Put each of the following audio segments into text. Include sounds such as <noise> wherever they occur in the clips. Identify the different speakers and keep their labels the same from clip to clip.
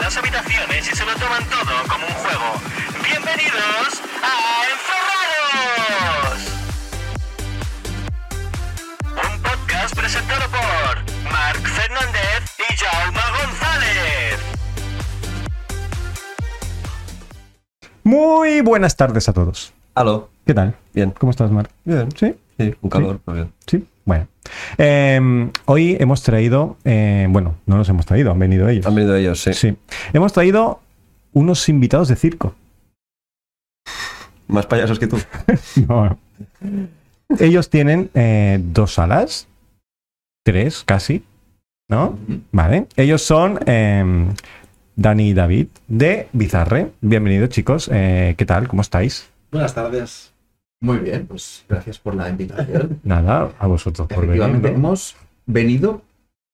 Speaker 1: las habitaciones y se lo toman todo como un juego. Bienvenidos a Enferrados. Un podcast presentado por Marc Fernández y Jaume González.
Speaker 2: Muy buenas tardes a todos.
Speaker 3: Aló.
Speaker 2: ¿Qué tal?
Speaker 3: Bien.
Speaker 2: ¿Cómo estás, Marc?
Speaker 3: Bien.
Speaker 2: ¿Sí?
Speaker 3: Sí, un calor, pero bien.
Speaker 2: Sí. Bueno. Eh, hoy hemos traído, eh, bueno, no los hemos traído, han venido ellos.
Speaker 3: Han venido ellos, Ah, sí.
Speaker 2: Sí. Hemos traído unos invitados de circo. <laughs>
Speaker 3: Más payasos que tú.
Speaker 2: No. Ellos tienen eh, dos salas, tres casi, ¿no? Vale. Ellos son eh, Dani y David de Bizarre. Bienvenidos, chicos. Eh, ¿Qué tal? ¿Cómo estáis?
Speaker 4: Buenas tardes. Muy bien, pues gracias por la <laughs> invitación.
Speaker 2: Nada, a vosotros por
Speaker 4: Efectivamente,
Speaker 2: venir. ¿no?
Speaker 4: hemos venido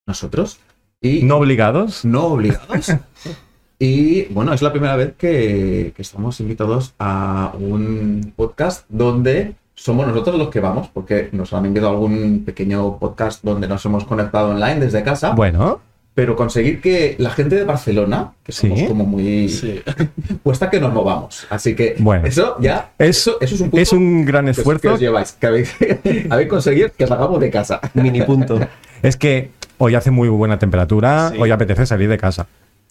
Speaker 4: nosotros y
Speaker 2: No obligados. <laughs>
Speaker 4: no obligados. y bueno, es la primera vez que, que estamos invitados a un podcast donde somos nosotros los que vamos, porque nos han invitado a algún pequeño podcast donde nos hemos conectado online desde casa,
Speaker 2: Bueno,
Speaker 4: pero conseguir que la gente de Barcelona, que somos
Speaker 2: Sí.
Speaker 4: como muy
Speaker 5: Sí,
Speaker 4: <laughs> puesta que nos movamos. Así que
Speaker 2: Bueno.
Speaker 4: eso ya
Speaker 2: Es-
Speaker 4: eso, eso es un punto
Speaker 2: es un gran
Speaker 4: que os- que
Speaker 2: esfuerzo.
Speaker 4: os lleváis, que habéis, <laughs> habéis conseguido que os hagamos de casa.
Speaker 3: <laughs> Mini punto.
Speaker 2: Es que hoy hace muy buena temperatura,
Speaker 5: Sí.
Speaker 2: hoy apetece salir de casa.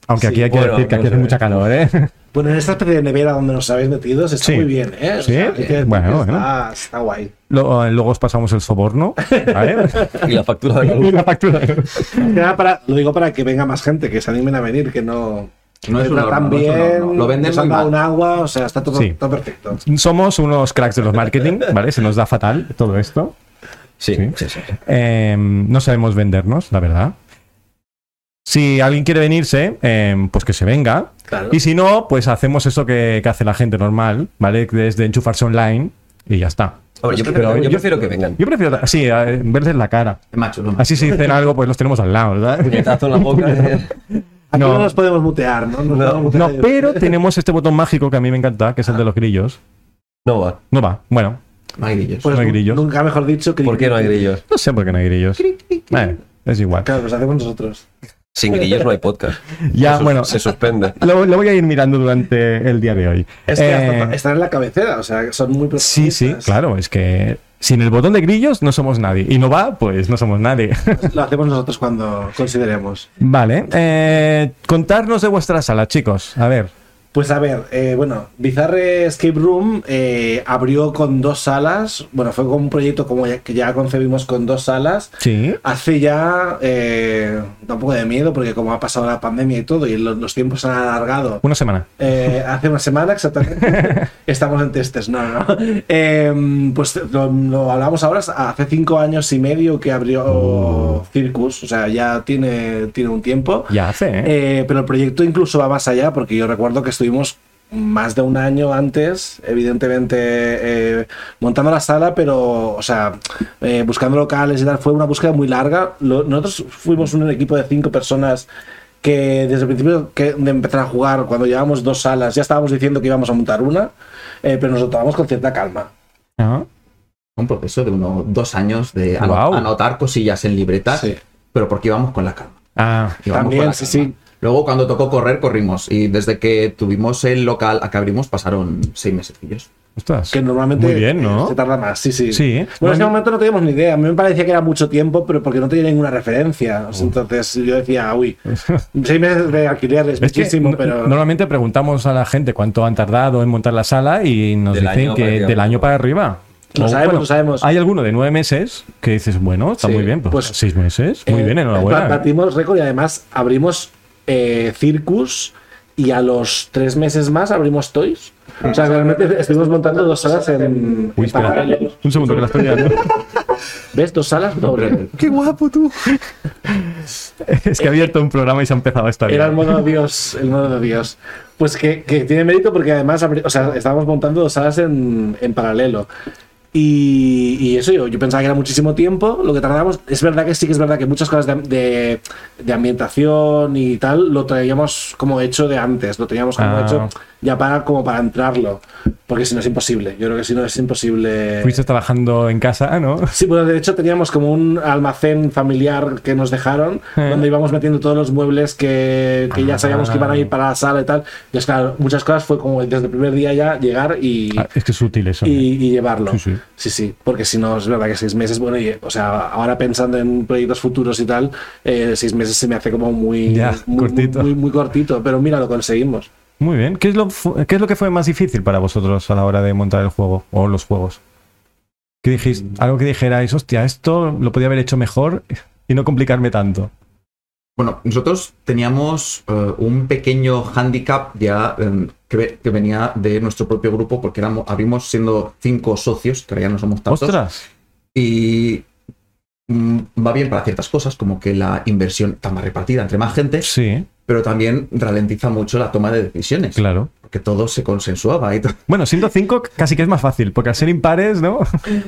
Speaker 2: Aunque
Speaker 5: Sí,
Speaker 2: aquí hay que
Speaker 3: bueno,
Speaker 2: decir que
Speaker 3: no
Speaker 2: aquí hace
Speaker 3: sé.
Speaker 2: mucha calor, ¿eh? <laughs>
Speaker 5: Bueno, en esta especie de nevera donde nos habéis metidos está
Speaker 2: Sí.
Speaker 5: muy bien, ¿eh? O
Speaker 2: Sí,
Speaker 5: sea, hay que decir que
Speaker 2: bueno, bueno.
Speaker 5: Está, está guay.
Speaker 2: Lo- eh, Luego os pasamos el soborno, ¿vale?
Speaker 3: Y la factura de la
Speaker 2: Y
Speaker 3: luz.
Speaker 2: la factura.
Speaker 5: Ya para- lo digo para que venga más gente, que se animen a venir, que no,
Speaker 4: No es
Speaker 5: que
Speaker 4: un
Speaker 5: tratan
Speaker 4: horno, no es un horno. Lo venden
Speaker 5: nos han
Speaker 4: muy
Speaker 5: dado
Speaker 4: mal.
Speaker 5: un agua, o sea, está todo,
Speaker 2: Sí.
Speaker 5: todo perfecto.
Speaker 2: Somos unos cracks de los marketing, ¿vale? Se nos da fatal todo esto.
Speaker 3: Sí,
Speaker 2: Sí.
Speaker 3: sí, sí.
Speaker 2: Eh, no sabemos vendernos, la verdad. Si alguien quiere venirse, eh, pues que se venga.
Speaker 5: Claro.
Speaker 2: Y si no, pues hacemos eso que, que hace la gente normal, ¿vale? Desde enchufarse online y ya está.
Speaker 3: A ver, yo, prefiero, yo prefiero que vengan.
Speaker 2: Yo prefiero, sí, a- verles la cara.
Speaker 4: Macho, no.
Speaker 2: Así si dicen algo, pues los tenemos al lado, ¿verdad?
Speaker 3: Puñetazo en la <laughs> boca. eh.
Speaker 5: Aquí no.
Speaker 2: no.
Speaker 5: nos podemos mutear, ¿no? Nos
Speaker 3: No.
Speaker 5: podemos
Speaker 2: No,
Speaker 5: mutear.
Speaker 2: pero tenemos este botón mágico que a mí me encanta, que es el de los grillos.
Speaker 3: No va.
Speaker 2: No va, bueno,
Speaker 4: No hay grillos.
Speaker 5: Pues
Speaker 2: no hay
Speaker 5: nu-
Speaker 2: grillos.
Speaker 5: Nunca mejor dicho que.
Speaker 3: ¿Por qué no hay grillos?
Speaker 2: no sé por qué no hay grillos. Bueno, es igual.
Speaker 5: Claro, los hacemos nosotros.
Speaker 3: Sin grillos no hay podcast.
Speaker 2: Ya,
Speaker 3: Se sus-
Speaker 2: bueno,
Speaker 3: <laughs> Se suspende.
Speaker 2: lo, lo voy a ir mirando durante el día de hoy.
Speaker 5: Es que
Speaker 2: Eh,
Speaker 5: hasta están en la cabecera, o sea, son muy
Speaker 2: sí, sí,
Speaker 5: protagonistas.
Speaker 2: claro, es que sin el botón de grillos no somos nadie. Y no va, pues no somos nadie. <laughs>
Speaker 5: Lo hacemos nosotros cuando consideremos.
Speaker 2: vale, eh, contarnos de vuestra sala, chicos. A ver,
Speaker 5: Pues a ver, eh, bueno, Bizarre Escape Room eh, abrió con dos salas, bueno, fue con un proyecto como ya- que ya concebimos con dos salas,
Speaker 2: sí,
Speaker 5: hace ya eh, da un poco de miedo porque como ha pasado la pandemia y todo y lo- los, tiempos se han alargado,
Speaker 2: una semana.
Speaker 5: eh, hace una
Speaker 2: <laughs>
Speaker 5: semana exactamente, estamos en testes, no, no, Eh, pues lo, lo hablamos ahora, hace cinco años y medio que abrió Circus, o sea, ya tiene, tiene un tiempo.
Speaker 2: Uh. Ya hace, ¿eh?
Speaker 5: Eh, pero el proyecto incluso va más allá, porque yo recuerdo que estuvimos más de un año antes, evidentemente, eh, montando la sala, pero, o sea, eh, buscando locales y tal, fue una búsqueda muy larga. Lo- nosotros fuimos un equipo de cinco personas que desde el principio que de empezar a jugar, cuando llevábamos dos salas, ya estábamos diciendo que íbamos a montar una, eh, pero nos lo tomamos con cierta calma.
Speaker 2: Ah,
Speaker 4: Un proceso de unos dos años de ano-
Speaker 2: Guau.
Speaker 4: anotar cosillas en libretas,
Speaker 5: Sí.
Speaker 4: pero porque íbamos con la calma.
Speaker 2: ah,
Speaker 4: íbamos
Speaker 5: También,
Speaker 4: con la
Speaker 5: sí,
Speaker 4: calma.
Speaker 5: sí.
Speaker 4: Luego cuando tocó correr, corrimos. Y desde que tuvimos el local a que abrimos pasaron seis meses.
Speaker 2: ostras.
Speaker 5: Que normalmente
Speaker 2: Muy bien, ¿no?
Speaker 5: eh, se tarda más, sí, sí.
Speaker 2: Sí.
Speaker 5: Bueno, en
Speaker 2: Bueno,
Speaker 5: ese momento no teníamos ni idea. A mí me parecía que era mucho tiempo, pero porque no tenía ninguna referencia. O sea, Entonces yo
Speaker 2: <laughs>
Speaker 5: decía, uy, seis meses de alquiler es,
Speaker 2: Es que
Speaker 5: muchísimo,
Speaker 2: no-
Speaker 5: pero.
Speaker 2: normalmente preguntamos a la gente cuánto han tardado en montar la sala y nos
Speaker 3: Del
Speaker 2: dicen
Speaker 3: año
Speaker 2: que
Speaker 3: para arriba.
Speaker 2: del año para arriba.
Speaker 5: Lo sabemos, lo sabemos.
Speaker 2: Hay alguno de nueve meses que dices, bueno, está
Speaker 5: Sí,
Speaker 2: muy bien, pues,
Speaker 5: pues,
Speaker 2: seis meses, muy
Speaker 5: eh,
Speaker 2: bien, enhorabuena.
Speaker 5: bat- Batimos récord y además abrimos eh, Circus y a los tres meses más abrimos Toys. O sea, realmente estuvimos montando dos salas en.
Speaker 2: Uy,
Speaker 5: en
Speaker 2: espera,
Speaker 5: paralelo.
Speaker 2: un segundo que la estoy liando.
Speaker 5: <laughs> ¿Ves? Dos salas dobles.
Speaker 2: ¡Qué guapo tú! <laughs> es que ha abierto un programa y se ha empezado esta
Speaker 5: Era el
Speaker 2: vida.
Speaker 5: modo Dios, el modo Dios. Pues que, que tiene mérito porque además abri- o sea, estábamos montando dos salas en, en paralelo. Y, y eso, yo, yo pensaba que era muchísimo tiempo lo que tardábamos. Es verdad que sí que es verdad que muchas cosas de, de- de ambientación y tal lo traíamos como hecho de antes, lo teníamos como
Speaker 2: Ah.
Speaker 5: hecho ya para, como para entrarlo. Porque si no es imposible, yo creo que si no es imposible.
Speaker 2: Fuiste trabajando en casa, ah, ¿no?
Speaker 5: Sí, bueno, de hecho teníamos como un almacén familiar que nos dejaron,
Speaker 2: Eh. Ah.
Speaker 5: donde íbamos metiendo todos los muebles que, que ya sabíamos que iban a ir para la sala y tal. Y es claro, muchas cosas fue como desde el primer día ya llegar y,
Speaker 2: Ah, es que es útil eso. ¿eh?
Speaker 5: y, y llevarlo.
Speaker 2: Sí, sí.
Speaker 5: sí, porque si no, es verdad que seis meses, bueno, y, o sea, ahora pensando en proyectos futuros y tal, eh, seis meses se me hace como muy,
Speaker 2: Ya,
Speaker 5: muy,
Speaker 2: cortito.
Speaker 5: Muy, muy cortito, pero mira, lo conseguimos.
Speaker 2: Muy bien. ¿Qué es, lo fu- ¿Qué es lo que fue más difícil para vosotros a la hora de montar el juego o los juegos? ¿Qué dijis? Algo que dijerais, hostia, esto lo podía haber hecho mejor y no complicarme tanto.
Speaker 4: Bueno, nosotros teníamos eh, un pequeño handicap ya em, que, ve- que venía de nuestro propio grupo porque éramos, abrimos siendo cinco socios, que ahora ya no somos tantos.
Speaker 2: ¡Ostras!
Speaker 4: Y mm, va bien para ciertas cosas, como que la inversión está más repartida entre más gente,
Speaker 2: Sí,
Speaker 4: pero también ralentiza mucho la toma de decisiones,
Speaker 2: claro.
Speaker 4: porque todo se consensuaba y todo.
Speaker 2: Bueno, siendo cinco casi que es más fácil, porque al ser impares, ¿no?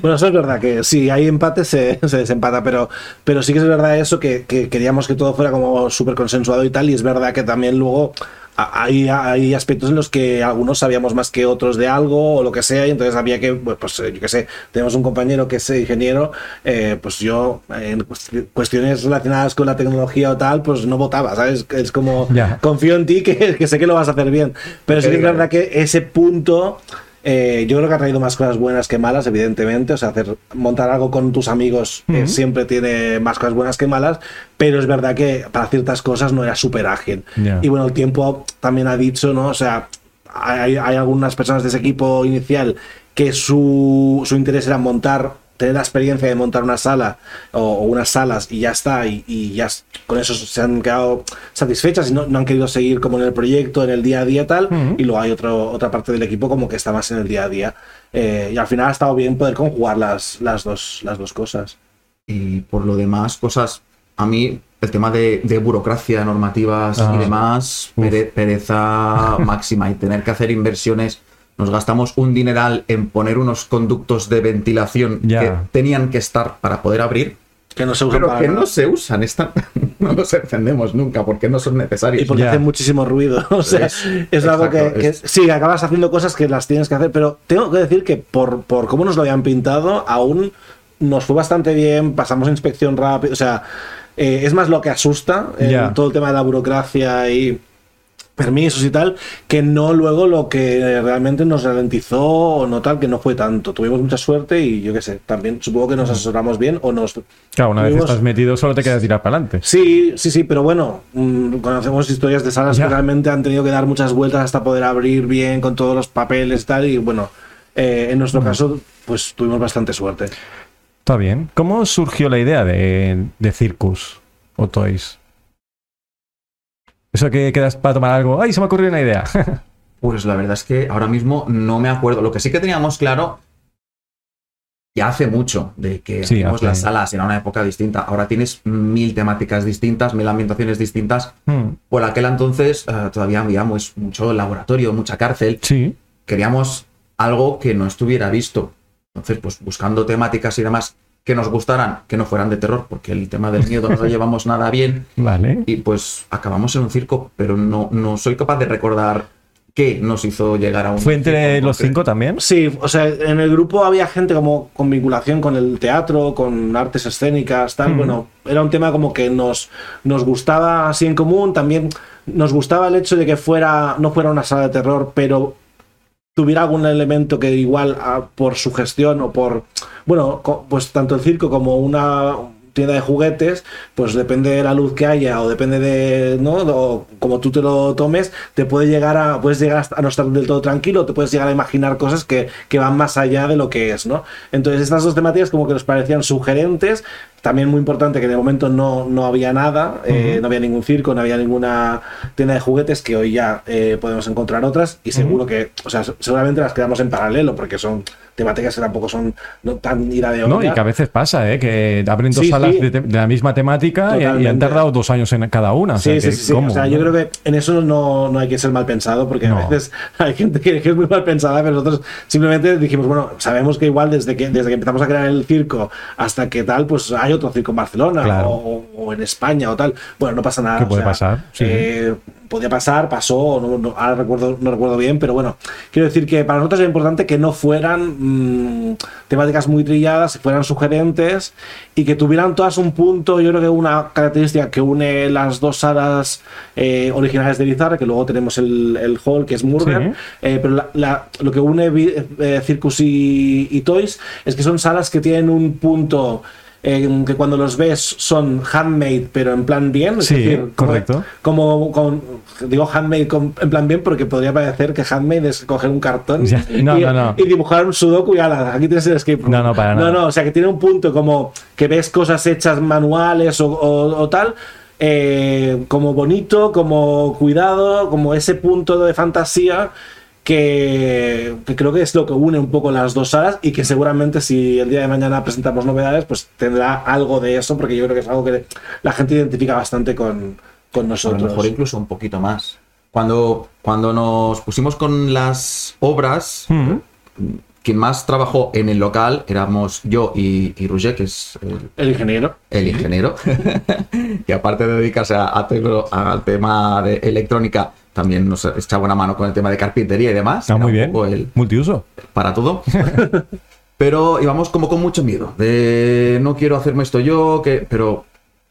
Speaker 5: Bueno, eso es verdad que si hay empate se, se desempata, pero, pero sí que es verdad eso, que, que queríamos que todo fuera como súper consensuado y tal, y es verdad que también luego a- hay, hay aspectos en los que algunos sabíamos más que otros de algo o lo que sea, y entonces había que, pues, pues, yo qué sé, tenemos un compañero que es ingeniero, eh, pues yo en cuest- cuestiones relacionadas con la tecnología o tal, pues no votaba, ¿sabes? Es como,
Speaker 2: Ya.
Speaker 5: <laughs> confío en ti, que, que sé que lo vas a hacer bien, pero sí que es
Speaker 4: Claro.
Speaker 5: verdad que ese punto... Eh, yo creo que ha traído más cosas buenas que malas, evidentemente. O sea, hacer, montar algo con tus amigos eh, siempre tiene más cosas buenas que malas, pero es verdad que para ciertas cosas no era súper ágil.
Speaker 2: Ya.
Speaker 5: Y bueno, el tiempo también ha dicho, ¿no? O sea, hay, hay algunas personas de ese equipo inicial que su, su interés era montar tener la experiencia de montar una sala o, o unas salas y ya está y, y ya s- con eso se han quedado satisfechas y no, no han querido seguir como en el proyecto en el día a día tal
Speaker 2: Ujú.
Speaker 5: y luego hay otro, otra parte del equipo como que está más en el día a día Eh, y al final ha estado bien poder conjugar las, las, dos, las dos cosas
Speaker 4: Y por lo demás, cosas, a mí el tema de, de burocracia, normativas
Speaker 2: Ah.
Speaker 4: y demás, pere-
Speaker 2: <laughs>
Speaker 4: pereza máxima y tener que hacer inversiones. Nos gastamos un dineral en poner unos conductos de ventilación
Speaker 2: Ya.
Speaker 4: que tenían que estar para poder abrir,
Speaker 5: que no se usan
Speaker 4: pero
Speaker 5: para
Speaker 4: que
Speaker 5: nada.
Speaker 4: no se usan, están, <laughs> no los encendemos nunca porque no son necesarios.
Speaker 5: y porque
Speaker 2: Ya.
Speaker 5: hace muchísimo ruido. <laughs> O sea, es,
Speaker 4: Es- exacto,
Speaker 5: algo que, que
Speaker 4: es-
Speaker 5: sí, acabas haciendo cosas que las tienes que hacer, pero tengo que decir que por, por cómo nos lo habían pintado, aún nos fue bastante bien, pasamos inspección rápido, o sea, eh, es más lo que asusta, eh,
Speaker 2: Ya.
Speaker 5: todo el tema de la burocracia y permisos y tal, que no luego lo que realmente nos ralentizó o no tal, que no fue tanto. Tuvimos mucha suerte y yo qué sé, también supongo que nos asesoramos bien o nos
Speaker 2: Claro, una vez
Speaker 5: Tuvimos-
Speaker 2: estás metido, solo te queda tirar para adelante.
Speaker 5: Sí, sí, sí, pero bueno, mm, conocemos historias de salas
Speaker 2: Ya.
Speaker 5: que realmente han tenido que dar muchas vueltas hasta poder abrir bien con todos los papeles y tal, y bueno, eh, en nuestro caso, pues tuvimos bastante suerte.
Speaker 2: Está bien. ¿Cómo surgió la idea de, de Circus o Toys? Eso que quedas para tomar algo. ¡Ay, se me ha ocurrido una idea! <laughs>
Speaker 4: Pues la verdad es que ahora mismo no me acuerdo. Lo que sí que teníamos claro ya hace mucho de que
Speaker 2: Sí,
Speaker 4: abrimos
Speaker 2: hace-
Speaker 4: las salas, era una época distinta. Ahora tienes mil temáticas distintas, mil ambientaciones distintas.
Speaker 2: Mm,
Speaker 4: Por aquel entonces eh, todavía había pues, mucho laboratorio, mucha cárcel.
Speaker 2: sí.
Speaker 4: Queríamos algo que no estuviera visto. Entonces, pues buscando temáticas y demás que nos gustaran, que no fueran de terror, porque el tema del miedo no
Speaker 2: <laughs>
Speaker 4: lo llevamos nada bien
Speaker 2: Vale.
Speaker 4: y pues acabamos en un circo, pero no, no soy capaz de recordar qué nos hizo llegar a un
Speaker 2: ¿Fue entre
Speaker 4: circo,
Speaker 2: los
Speaker 4: porque-
Speaker 2: cinco también?
Speaker 5: Sí, o sea, en el grupo había gente como con vinculación con el teatro, con artes escénicas, tal. Bueno, era un tema como que nos, nos gustaba así en común. También nos gustaba el hecho de que fuera, no fuera una sala de terror, pero tuviera algún elemento que igual ah, por su gestión o por, bueno, co- pues tanto el circo como una tienda de juguetes, pues depende de la luz que haya o depende de, ¿no? O como tú te lo tomes, te puede llegar a, puedes llegar a no estar del todo tranquilo, te puedes llegar a imaginar cosas que, que van más allá de lo que es, ¿no? Entonces estas dos temáticas como que nos parecían sugerentes, También muy importante que de momento no, no había nada, eh, no había ningún circo, no había ninguna tienda de juguetes que hoy ya eh, podemos encontrar otras y seguro que, o sea, seguramente las creamos en paralelo porque son temáticas que tampoco son no tan ida de
Speaker 2: No,
Speaker 5: olla.
Speaker 2: y que a veces pasa, ¿eh? que abren dos
Speaker 5: Sí,
Speaker 2: salas
Speaker 5: sí.
Speaker 2: De, te- de la misma temática eh, y- y, han
Speaker 5: Totalmente.
Speaker 2: tardado dos años en cada una. o sea
Speaker 5: Sí, sí,
Speaker 2: que,
Speaker 5: sí, sí.
Speaker 2: ¿cómo?
Speaker 5: O sea, yo creo que en eso no, no hay que ser mal pensado, porque
Speaker 2: No.
Speaker 5: a veces <laughs> hay gente que, que es muy mal pensada, pero nosotros simplemente dijimos, bueno, sabemos que igual desde que, desde que empezamos a crear el circo hasta que tal, pues hay otro circo en Barcelona
Speaker 2: Claro.
Speaker 5: o, o en España o tal. Bueno, no pasa nada.
Speaker 2: ¿Qué
Speaker 5: o
Speaker 2: puede
Speaker 5: sea,
Speaker 2: pasar? Sí.
Speaker 5: eh, podía pasar, pasó, no, no- ahora recuerdo, no recuerdo bien, pero bueno, quiero decir que para nosotros era importante que no fueran mm, temáticas muy trilladas, que fueran sugerentes y que tuvieran todas un punto, yo creo que una característica que une las dos salas eh, originales de Lizar, que luego tenemos el, el hall, que es Murder,
Speaker 2: Sí.
Speaker 5: eh, pero la- la- lo que une vi- eh, Circus y, y Toys es que son salas que tienen un punto... eh, que cuando los ves son handmade pero en plan bien, es
Speaker 2: Sí,
Speaker 5: decir,
Speaker 2: correcto.
Speaker 5: como con, digo handmade con- en plan bien porque podría parecer que handmade es coger un cartón
Speaker 2: Ya, no,
Speaker 5: y,
Speaker 2: no, no.
Speaker 5: y dibujar un sudoku y ala, aquí tienes el escape room.
Speaker 2: No, no, para nada.
Speaker 5: No, no, o sea que tiene un punto como que ves cosas hechas manuales o, o- o tal. eh, como bonito, como cuidado, como ese punto de fantasía que, que creo que es lo que une un poco las dos salas y que seguramente si el día de mañana presentamos novedades pues tendrá algo de eso porque yo creo que es algo que la gente identifica bastante con, con
Speaker 4: a lo
Speaker 5: nosotros.
Speaker 4: mejor incluso un poquito más. Cuando, cuando nos pusimos con las obras,
Speaker 2: Mm.
Speaker 4: quien más trabajó en el local éramos yo y, y Roger, que es el,
Speaker 5: El ingeniero.
Speaker 4: el ingeniero, <laughs> que aparte de dedicarse a, a todo- al tema de electrónica, también nos echaba una mano con el tema de carpintería y demás.
Speaker 2: Ah,
Speaker 4: Era
Speaker 2: muy
Speaker 4: un
Speaker 2: bien.
Speaker 4: poco el-
Speaker 2: Multiuso.
Speaker 4: para
Speaker 2: <laughs>
Speaker 4: todo. Pero íbamos como con mucho miedo, de no quiero hacerme esto yo, que pero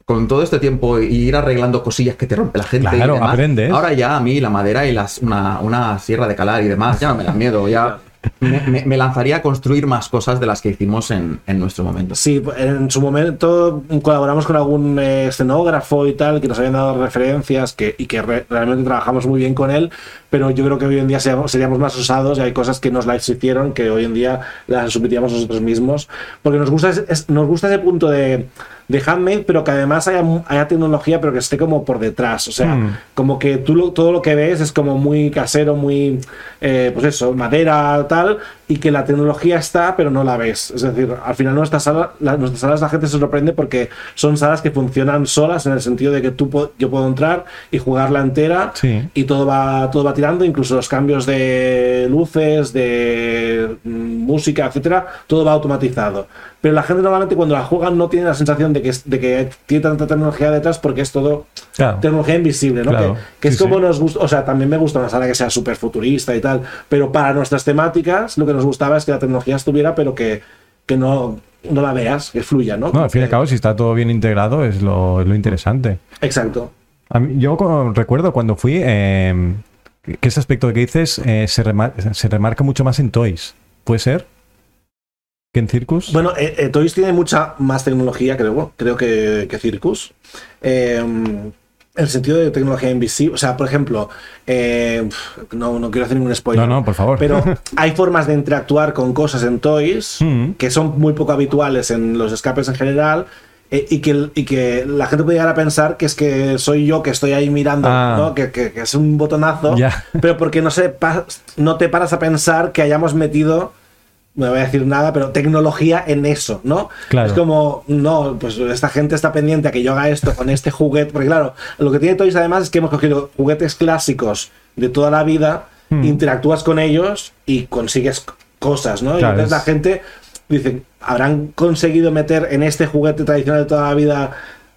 Speaker 4: con todo este tiempo y ir arreglando cosillas que te rompe la gente. y
Speaker 2: Claro,
Speaker 4: demás,
Speaker 2: aprendes.
Speaker 4: Ahora ya a mí la madera y las, una, una sierra de calar y demás, ya no me da
Speaker 2: <laughs>
Speaker 4: miedo, ya me, me- me lanzaría a construir más cosas de las que hicimos en, en nuestro momento.
Speaker 5: Sí, en su momento colaboramos con algún eh, escenógrafo y tal, que nos habían dado referencias que, y que re- realmente trabajamos muy bien con él, pero yo creo que hoy en día seamos- seríamos más usados y hay cosas que nos las hicieron que hoy en día las subiríamos nosotros mismos, porque nos gusta, es- es- nos gusta ese punto de, de handmade, pero que además haya, mu- haya tecnología, pero que esté como por detrás, o sea,
Speaker 2: Hmm.
Speaker 5: como que tú lo- todo lo que ves es como muy casero, muy, eh, pues eso, madera, tal, y que la tecnología está, pero no la ves. Es decir, al final nuestras salas, nuestras salas la gente se sorprende porque son salas que funcionan solas en el sentido de que tú po- yo puedo entrar y jugarla entera
Speaker 2: Sí.
Speaker 5: y todo va, todo va tirando, incluso los cambios de luces, de mm, música, etcétera, todo va automatizado. Pero la gente normalmente cuando la juegan no tiene la sensación de que, es- de que tiene tanta tecnología detrás porque es todo
Speaker 2: Claro.
Speaker 5: tecnología invisible, ¿no?
Speaker 2: Claro,
Speaker 5: que que es
Speaker 2: sí,
Speaker 5: como
Speaker 2: sí.
Speaker 5: nos gusta, o sea, también me gusta una sala que sea súper futurista y tal, pero para nuestras temáticas lo que nos gustaba es que la tecnología estuviera, pero que, que no, no la veas, que fluya, ¿no?
Speaker 2: No, al fin y al
Speaker 5: Porque-
Speaker 2: cabo, si está todo bien integrado, es lo, es lo interesante.
Speaker 5: Exacto.
Speaker 2: A mí- yo co- recuerdo cuando fui eh, que ese aspecto que dices eh, se, remar- se remarca mucho más en Toys. ¿Puede ser? ¿Que en Circus?
Speaker 5: Bueno, eh, eh, Toys tiene mucha más tecnología, creo, creo que, que Circus. Eh, en el sentido de tecnología invisible, o sea, por ejemplo, eh, no, no quiero hacer ningún spoiler.
Speaker 2: no, no, por favor.
Speaker 5: pues Pero hay formas de interactuar con cosas en toys
Speaker 2: <laughs> Mm.
Speaker 5: que son muy poco habituales en los escapes en general. eh, Y que, y que la gente puede llegar a pensar que es que soy yo que estoy ahí mirando,
Speaker 2: Ah.
Speaker 5: ¿no? que, que- que es un botonazo,
Speaker 2: Ya.
Speaker 5: pero porque no, se pa- no te paras a pensar que hayamos metido, no voy a decir nada, pero tecnología en eso, ¿no?
Speaker 2: Claro.
Speaker 5: Es como, no, pues esta gente está pendiente a que yo haga esto con este juguete, porque claro, lo que tiene Toys además es que hemos cogido juguetes clásicos de toda la vida,
Speaker 2: Hmm.
Speaker 5: interactúas con ellos y consigues c- cosas,
Speaker 2: Claro,
Speaker 5: ¿no? y entonces la
Speaker 2: es-
Speaker 5: gente dice, ¿habrán conseguido meter en este juguete tradicional de toda la vida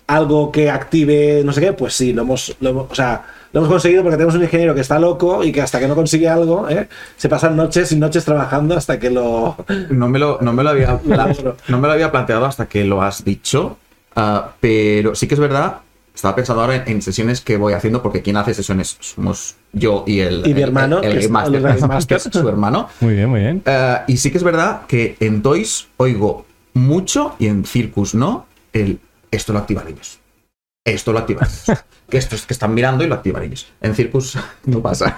Speaker 5: algo que active no sé qué? Pues sí, lo hemos, lo hemos- o sea, lo hemos conseguido porque tenemos un ingeniero que está loco y que hasta que no consigue algo, ¿eh? se pasan noches y noches trabajando hasta que lo... <laughs>
Speaker 4: No me lo, no me lo, había, pla-
Speaker 5: Claro.
Speaker 4: no me lo había planteado hasta que lo has dicho, ah, pero sí que es verdad. Estaba pensando ahora en, en sesiones que voy haciendo, porque quien hace sesiones somos yo y el.
Speaker 5: Y mi
Speaker 4: el-
Speaker 5: hermano,
Speaker 4: el- el
Speaker 5: que es-
Speaker 4: Game Master,
Speaker 5: el
Speaker 4: <laughs>
Speaker 5: Game
Speaker 4: que
Speaker 5: Master.
Speaker 4: es su hermano.
Speaker 2: Muy bien, muy bien.
Speaker 4: Ah, y sí que es verdad que en Toys oigo mucho y en Circus no, el esto lo activan ellos. Esto lo activan
Speaker 5: <laughs>
Speaker 4: ellos. que esto es que están mirando y lo
Speaker 5: Pues
Speaker 4: activan ellos. En Circus <laughs> no pasa.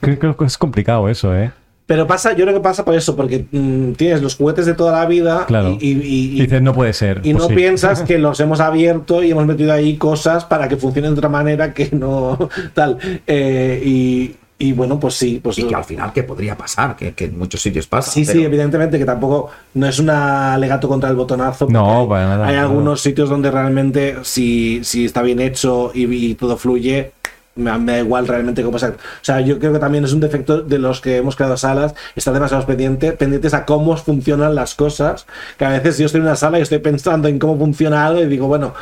Speaker 2: Creo, creo que es complicado eso, ¿eh?
Speaker 5: Pero pasa, yo creo que pasa por eso, porque mm, tienes los juguetes de toda la vida
Speaker 2: Claro.
Speaker 5: y, y- y-
Speaker 2: Dices, no puede ser.
Speaker 5: y no
Speaker 2: Pues sí. <laughs>
Speaker 5: piensas que los hemos abierto y hemos metido ahí cosas para que funcionen de otra manera que no <laughs> tal. Eh, y, y bueno, pues sí, pues
Speaker 4: Y que al final, que podría pasar? Que, que en muchos sitios pasa.
Speaker 5: Sí, sí,
Speaker 4: pero-
Speaker 5: evidentemente que tampoco no es un alegato contra el botonazo. porque
Speaker 2: No,
Speaker 5: hay,
Speaker 2: para nada,
Speaker 5: Hay
Speaker 2: claro.
Speaker 5: algunos sitios donde realmente, si, si está bien hecho y, y todo fluye, me, me da igual realmente cómo sea. O sea, yo creo que también es un defecto de los que hemos creado salas, estar demasiado pendiente, pendientes a cómo funcionan las cosas. Que a veces yo estoy en una sala y estoy pensando en cómo funciona algo y digo, bueno.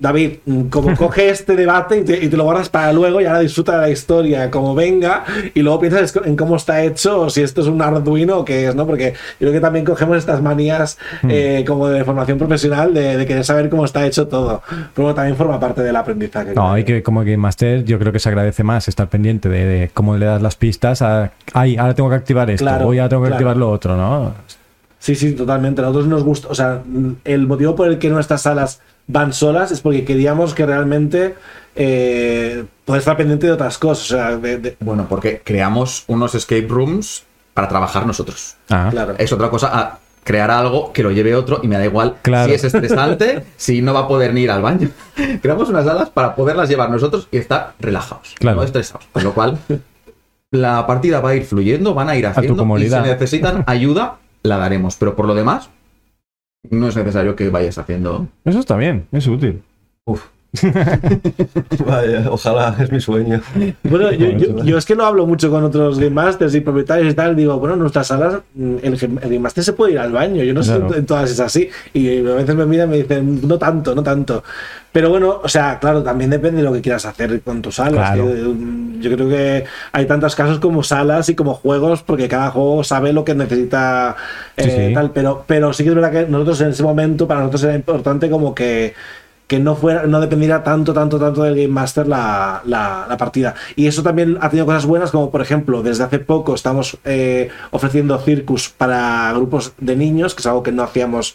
Speaker 5: David, mm,
Speaker 2: <laughs>
Speaker 5: como coge este debate y te, y te lo guardas para luego y ahora disfruta de la historia como venga y luego piensas en cómo está hecho o si esto es un Arduino o qué es, ¿no? Porque yo creo que también cogemos estas manías
Speaker 2: Hmm.
Speaker 5: eh, como de formación profesional de, de querer saber cómo está hecho todo. Pero bueno, también forma parte del aprendizaje.
Speaker 2: No, hay que, como Game Master, yo creo que se agradece más estar pendiente de, de cómo le das las pistas a. Ay, ahora tengo que activar esto,
Speaker 5: Claro,
Speaker 2: hoy ahora tengo que
Speaker 5: claro.
Speaker 2: activar lo otro, ¿no?
Speaker 5: Sí, sí, totalmente. A nosotros nos gusta, o sea, el motivo por el que nuestras salas van solas es porque queríamos que realmente eh, poder estar pendiente de otras cosas. O sea, de- de-
Speaker 4: Bueno, porque creamos unos escape rooms para trabajar nosotros.
Speaker 2: Ah,
Speaker 5: claro.
Speaker 4: Es otra cosa a crear algo que lo lleve otro y me da igual
Speaker 2: Claro.
Speaker 4: si
Speaker 2: <laughs>
Speaker 4: es estresante, si no va a poder ni ir al baño. <laughs> Creamos unas alas para poderlas llevar nosotros y estar relajados,
Speaker 2: Claro.
Speaker 4: no estresados. Con lo cual, la partida va a ir fluyendo, van a ir
Speaker 2: tu
Speaker 4: haciendo y si
Speaker 2: comodidad.
Speaker 4: necesitan ayuda, la daremos. Pero por lo demás, no es necesario que vayas haciendo.
Speaker 2: eso está bien, es útil.
Speaker 3: <laughs> Vaya, ojalá, es mi sueño.
Speaker 2: <laughs>
Speaker 5: Bueno, yo, yo- yo es que lo hablo mucho con otros Game Masters y propietarios y tal. Digo, bueno, en nuestras salas, mm, el, Game- el Game Master se puede ir al baño. Yo no
Speaker 2: Claro.
Speaker 5: sé en todas es así. Y a veces me miran y me dicen, no tanto, no tanto. Pero bueno, o sea, claro, también depende de lo que quieras hacer con tus salas.
Speaker 2: Claro.
Speaker 5: tío. Mm, Yo creo que hay tantos casos como salas y como juegos, porque cada juego sabe lo que necesita
Speaker 2: Sí,
Speaker 5: eh,
Speaker 2: sí.
Speaker 5: tal. Pero, pero sí que es verdad que nosotros en ese momento, para nosotros era importante como que que no fuera no dependiera tanto tanto tanto del game master la, la- la partida y eso también ha tenido cosas buenas como por ejemplo desde hace poco estamos eh, ofreciendo circus para grupos de niños que es algo que no hacíamos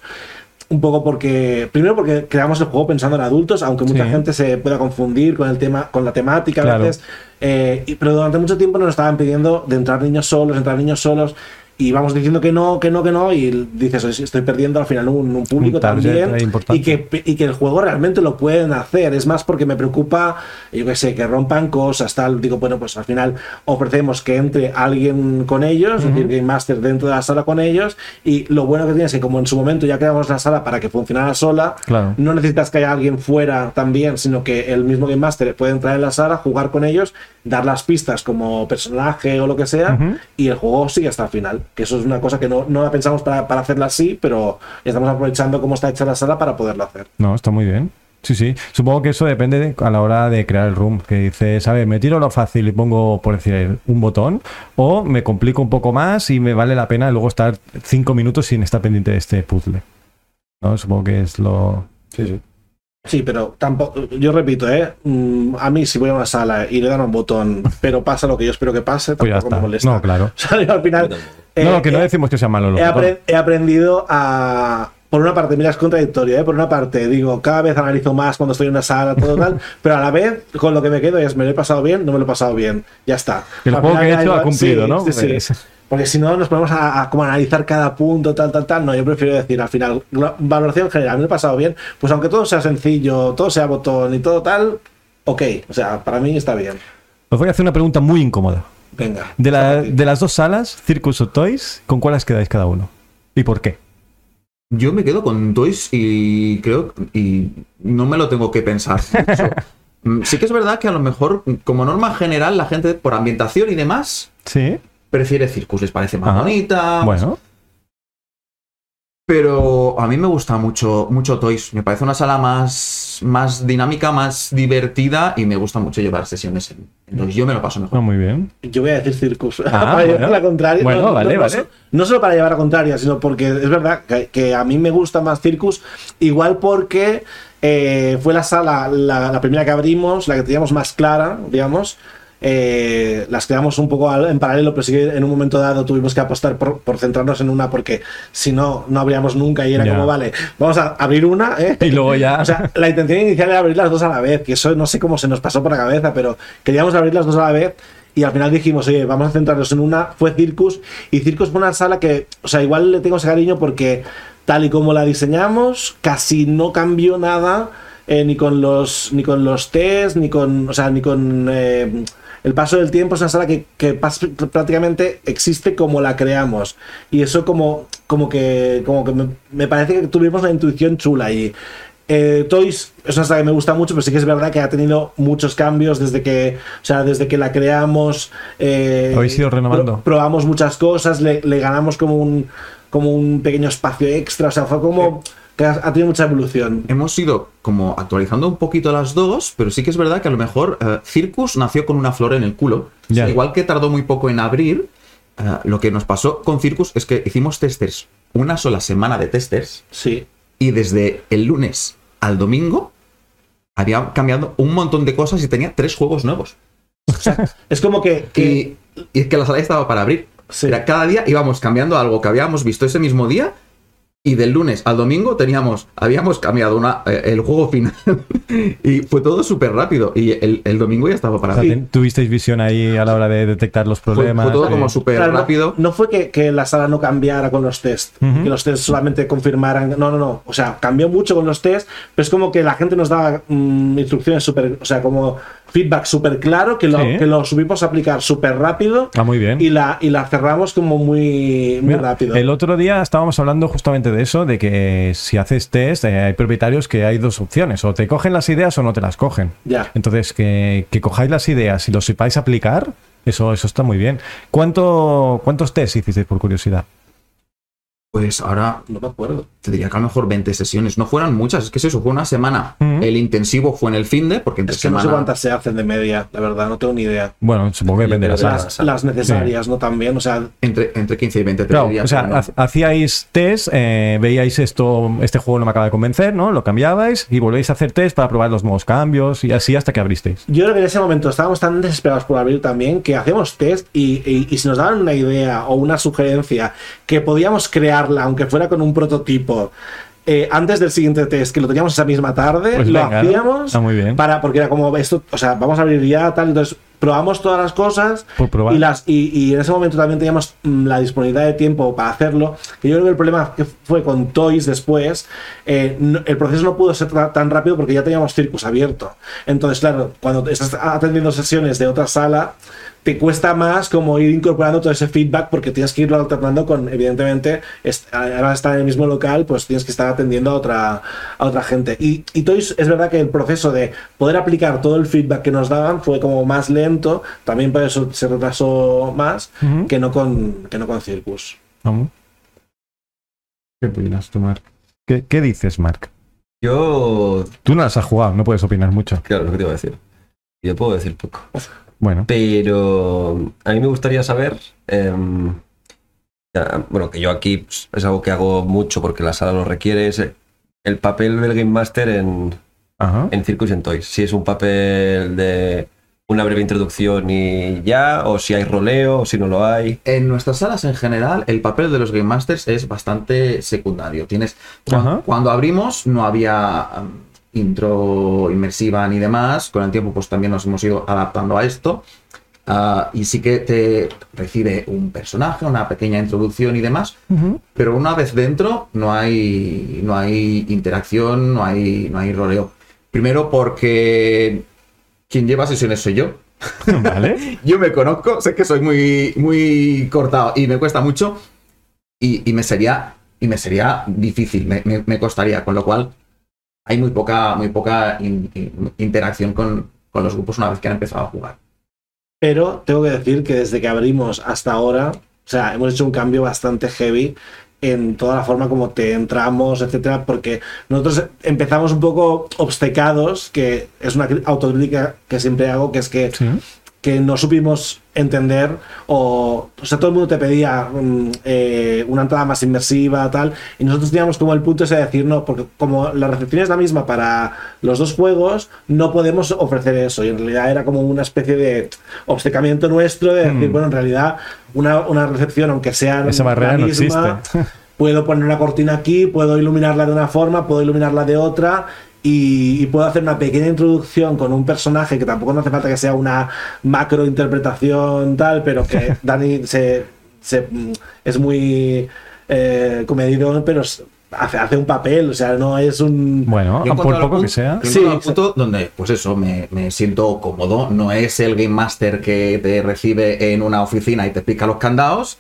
Speaker 5: un poco porque primero porque creamos el juego pensando en adultos aunque mucha
Speaker 2: Sí.
Speaker 5: gente se pueda confundir con el tema con la temática a
Speaker 2: Claro.
Speaker 5: veces eh, y- pero durante mucho tiempo nos estaban pidiendo de entrar niños solos entrar niños solos y vamos diciendo que no, que no, que no, y dices, "Oye, estoy perdiendo al final un, un público
Speaker 2: target
Speaker 5: también.
Speaker 2: ahí importante.
Speaker 5: Y que y que el juego realmente lo pueden hacer. Es más porque me preocupa, yo qué sé, que rompan cosas, tal. Digo, bueno, pues al final ofrecemos que entre alguien con ellos, es decir, Game Master dentro de la sala con ellos. Y lo bueno que tiene es que como en su momento ya creamos la sala para que funcionara sola,
Speaker 2: Claro.
Speaker 5: no necesitas que haya alguien fuera también, sino que el mismo Game Master puede entrar en la sala, jugar con ellos, dar las pistas como personaje o lo que sea,
Speaker 2: Ujú.
Speaker 5: y el juego sigue hasta el final. Que eso es una cosa que no, no la pensamos para, para hacerla así, pero estamos aprovechando cómo está hecha la sala para poderlo hacer.
Speaker 2: No, está muy bien. Sí, sí. Supongo que eso depende de- a la hora de crear el room. Que dices, a ver, me tiro lo fácil y pongo, por decir, un botón. O me complico un poco más y me vale la pena luego estar cinco minutos sin estar pendiente de este puzzle. ¿No? Supongo que es lo.
Speaker 3: Sí, sí.
Speaker 5: Sí, pero tampoco, yo repito, ¿eh? Mm, a mí si voy a una sala y le dan un botón, pero pasa lo que yo espero que pase,
Speaker 2: Pues ya
Speaker 5: tampoco me
Speaker 2: está.
Speaker 5: molesta.
Speaker 2: No, claro.
Speaker 5: <laughs> O sea, yo al final... eh,
Speaker 2: no, que no
Speaker 5: eh,
Speaker 2: decimos que sea malo. lo
Speaker 5: he,
Speaker 2: que-
Speaker 5: apre- he aprendido a. Por una parte, mira, es contradictorio, ¿eh? Por una parte, digo, cada vez analizo más cuando estoy en una sala, todo
Speaker 2: <laughs>
Speaker 5: tal, pero a la vez, con lo que me quedo es, ¿me lo he pasado bien? No me lo he pasado bien. Ya está.
Speaker 2: Que el
Speaker 5: Al
Speaker 2: juego
Speaker 5: final
Speaker 2: que he
Speaker 5: da
Speaker 2: hecho ha
Speaker 5: igual-
Speaker 2: cumplido,
Speaker 5: sí,
Speaker 2: ¿no?
Speaker 5: sí, sí.
Speaker 2: Pues-
Speaker 5: Porque si no, nos ponemos a, a como analizar cada punto, tal, tal, tal. No, yo prefiero decir, al final, la valoración general, me lo he pasado bien. Pues aunque todo sea sencillo, todo sea botón y todo tal, ok. O sea, para mí está bien.
Speaker 2: Os voy a hacer una pregunta muy incómoda.
Speaker 5: Venga.
Speaker 2: De, la- de las dos salas, Circus o Toys, ¿con cuál os quedáis cada uno? ¿Y por qué?
Speaker 4: Yo me quedo con Toys y creo y no me lo tengo que pensar.
Speaker 2: <laughs>
Speaker 4: mucho. Mm, sí que es verdad que a lo mejor, como norma general, la gente por ambientación y demás
Speaker 2: Sí.
Speaker 4: prefiere Circus, les parece más
Speaker 2: Ajá.
Speaker 4: bonita.
Speaker 2: Ah, Bueno,
Speaker 4: Pero a mí me gusta mucho, mucho Toys. Me parece una sala más, más dinámica, más divertida y me gusta mucho llevar sesiones en, en Toys. Yo me lo paso mejor.
Speaker 2: no, Ah, muy bien.
Speaker 5: Yo voy a decir circus.
Speaker 2: Ah,
Speaker 5: <laughs> para llevar
Speaker 2: bueno.
Speaker 5: la contraria.
Speaker 2: Bueno, vale, vale.
Speaker 5: so- no solo para llevar la contraria, sino porque es verdad que, que a mí me gusta más circus, igual porque eh, fue la sala, la, la primera que abrimos, la que teníamos más clara, digamos. eh, las creamos un poco al- en paralelo, pero sí que en un momento dado tuvimos que apostar por, por centrarnos en una, porque si no, no abríamos nunca y era
Speaker 2: Ya.
Speaker 5: como, vale, vamos a abrir una, ¿eh?
Speaker 2: <laughs> Y luego ya.
Speaker 5: O sea, la intención inicial era abrir las dos a la vez, que eso no sé cómo se nos pasó por la cabeza, pero queríamos abrir las dos a la vez Y al final dijimos, oye, vamos a centrarnos en una. Fue Circus. Y Circus fue una sala que, o sea, igual le tengo ese cariño porque tal y como la diseñamos, casi no cambió nada. eh, ni con los ni con los test ni con o sea ni con eh, el paso del tiempo es una sala que, que pas- prácticamente existe como la creamos. Y eso como, como que, como que me, me parece que tuvimos una intuición chula. Y eh, Toys es una sala que me gusta mucho, pero sí que es verdad que ha tenido muchos cambios desde que, o sea, desde que la creamos. eh,
Speaker 2: Habéis ido renovando.
Speaker 5: pro- probamos muchas cosas, le, le ganamos como un, como un pequeño espacio extra. O sea, fue
Speaker 2: Eh.
Speaker 5: como que ha ha tenido mucha evolución.
Speaker 4: hemos ido como actualizando un poquito las dos, pero sí que es verdad que a lo mejor eh, Circus nació con una flor en el culo. O sea,
Speaker 2: Ya.
Speaker 4: igual que tardó muy poco en abrir, eh, lo que nos pasó con Circus es que hicimos testers, una sola semana de testers,
Speaker 5: Sí.
Speaker 4: y desde el lunes al domingo había cambiado un montón de cosas y tenía tres juegos nuevos.
Speaker 5: Es como que, que-
Speaker 4: Y, y es que la sala ya estaba para abrir.
Speaker 5: Sí.
Speaker 4: Era cada día íbamos cambiando algo que habíamos visto ese mismo día. Y del lunes al domingo teníamos, habíamos cambiado una, eh, el juego final. <laughs> y fue todo súper rápido. Y el, el domingo ya estaba para
Speaker 2: O sea,
Speaker 4: abrir.
Speaker 2: ten- ¿Tuvisteis visión ahí a la hora de detectar los
Speaker 4: Fue, fue
Speaker 2: problemas?
Speaker 4: todo
Speaker 2: Eh,
Speaker 4: como súper
Speaker 5: Claro, no-
Speaker 4: rápido.
Speaker 5: No, fue que, que la sala no cambiara con los test,
Speaker 2: Ujú.
Speaker 5: que los test solamente confirmaran. No, no, no. O sea, cambió mucho con los test, pero es como que la gente nos daba mm, instrucciones súper, o sea, como feedback súper claro, que lo,
Speaker 2: Sí.
Speaker 5: que lo supimos aplicar súper rápido
Speaker 2: Ah, muy bien.
Speaker 5: y, la, y la cerramos como muy, muy
Speaker 2: Mira,
Speaker 5: rápido.
Speaker 2: El otro día estábamos hablando justamente de eso, de que si haces test, eh, hay propietarios que hay dos opciones, o te cogen las ideas o no te las cogen.
Speaker 5: Ya.
Speaker 2: Entonces, que, que cojáis las ideas y lo sepáis aplicar, eso, eso está muy bien. ¿Cuánto, ¿Cuántos test hicisteis por curiosidad?
Speaker 4: Pues ahora
Speaker 5: No me acuerdo.
Speaker 4: te diría que a lo mejor 20 sesiones. No fueran muchas, es que es eso, fue una semana.
Speaker 2: Ujú.
Speaker 4: El intensivo fue en el fin de, porque entre
Speaker 5: Es que no sé
Speaker 4: semana-
Speaker 5: cuántas se hacen de media, la verdad, no tengo ni idea.
Speaker 2: Bueno, supongo que depende de la
Speaker 3: creo que
Speaker 2: sala.
Speaker 5: Las, las necesarias, ¿no? También, o sea,
Speaker 4: entre, entre 15 y 20 te
Speaker 2: Claro,
Speaker 4: diría
Speaker 2: o sea,
Speaker 4: que no.
Speaker 2: ha- hacíais test, eh, veíais esto, este juego no me acaba de convencer, ¿no? Lo cambiabais y volvéis a hacer test para probar los nuevos cambios y así hasta que abristeis.
Speaker 5: Yo creo que en ese momento estábamos tan desesperados por abrir también que hacíamos test y, y- y si nos daban una idea o una sugerencia que podíamos crearla, aunque fuera con un prototipo, eh, antes del siguiente test, que lo teníamos esa misma tarde,
Speaker 2: Pues
Speaker 5: lo
Speaker 2: venga, ¿no?
Speaker 5: hacíamos
Speaker 2: Ah, muy bien.
Speaker 5: para, porque era como esto, o sea, vamos a abrir ya, tal, entonces probamos todas las cosas
Speaker 2: Por probar.
Speaker 5: y las y, y en ese momento también teníamos mm, la disponibilidad de tiempo para hacerlo que yo creo que el problema que fue con Toys después eh, no- el proceso no pudo ser ta- tan rápido porque ya teníamos Circus abierto entonces claro cuando estás atendiendo sesiones de otra sala te cuesta más como ir incorporando todo ese feedback porque tienes que irlo alternando con evidentemente est- además estar en el mismo local pues tienes que estar atendiendo a otra a otra gente y, y Toys es verdad que el proceso de poder aplicar todo el feedback que nos daban fue como más lento también por eso se retrasó más
Speaker 2: Ujú.
Speaker 5: que no con que no con Circus
Speaker 2: Vamos.
Speaker 4: ¿Qué opinas tú, Marc?
Speaker 2: ¿Qué, qué dices, Mark?
Speaker 3: Yo,
Speaker 2: Tú no las has jugado, no puedes opinar mucho.
Speaker 3: claro, lo que te iba a decir. Yo puedo decir poco.
Speaker 2: Bueno,
Speaker 3: Pero a mí me gustaría saber. em, ya, bueno, que yo aquí pues, es algo que hago mucho porque la sala lo requiere. Es eh, el papel del Game Master en,
Speaker 2: ajá.
Speaker 3: en Circus y en Toys. Si es un papel de una breve introducción y ya, o si hay roleo, o si no lo hay.
Speaker 4: En nuestras salas en general, el papel de los Game Masters es bastante secundario. Tienes cu-
Speaker 2: Ajá.
Speaker 4: cuando abrimos no había um, intro inmersiva ni demás. Con el tiempo, pues también nos hemos ido adaptando a esto. Ah, y sí que te recibe un personaje, una pequeña introducción y demás. Pero una vez dentro no hay, no hay interacción, no hay, no hay roleo. Primero porque quien lleva sesiones soy yo.
Speaker 2: Vale.
Speaker 4: Yo me conozco, sé que soy muy, muy cortado y me cuesta mucho y, y me sería y me sería difícil, me, me- me costaría, con lo cual hay muy poca, muy poca in- in- interacción con, con los grupos una vez que han empezado a jugar.
Speaker 5: pero tengo que decir que desde que abrimos hasta ahora, o sea, hemos hecho un cambio bastante heavy en toda la forma como te entramos, etcétera, porque nosotros empezamos un poco obcecados, que es una cri- autocrítica que siempre hago, que es que
Speaker 2: Sí.
Speaker 5: que no supimos entender o, o sea, todo el mundo te pedía mm, eh, una entrada más inmersiva, tal, y nosotros teníamos como el punto ese de decir, no, porque como la recepción es la misma para los dos juegos, no podemos ofrecer eso, y en realidad era como una especie de obstacamiento nuestro de decir, bueno, en realidad una, una recepción, aunque sea
Speaker 2: Mm. Esa barrera no existe.
Speaker 5: puedo poner una cortina aquí, puedo iluminarla de una forma, puedo iluminarla de otra. y, y puedo hacer una pequeña introducción con un personaje que tampoco no hace falta que sea una macro interpretación tal, pero
Speaker 4: <laughs>
Speaker 5: que Dani se, se- mm, es muy eh, comedido, pero s- hace, hace un papel, o sea, no es un...
Speaker 2: Bueno,
Speaker 4: Yo he
Speaker 2: por poco
Speaker 4: encontrado el
Speaker 2: que
Speaker 4: punto-
Speaker 2: sea.
Speaker 4: yo he
Speaker 5: Sí,
Speaker 4: encontrado el punto donde, pues eso, me, me siento cómodo. No es el Game Master que te recibe en una oficina y te pica los
Speaker 5: <laughs>
Speaker 4: candados,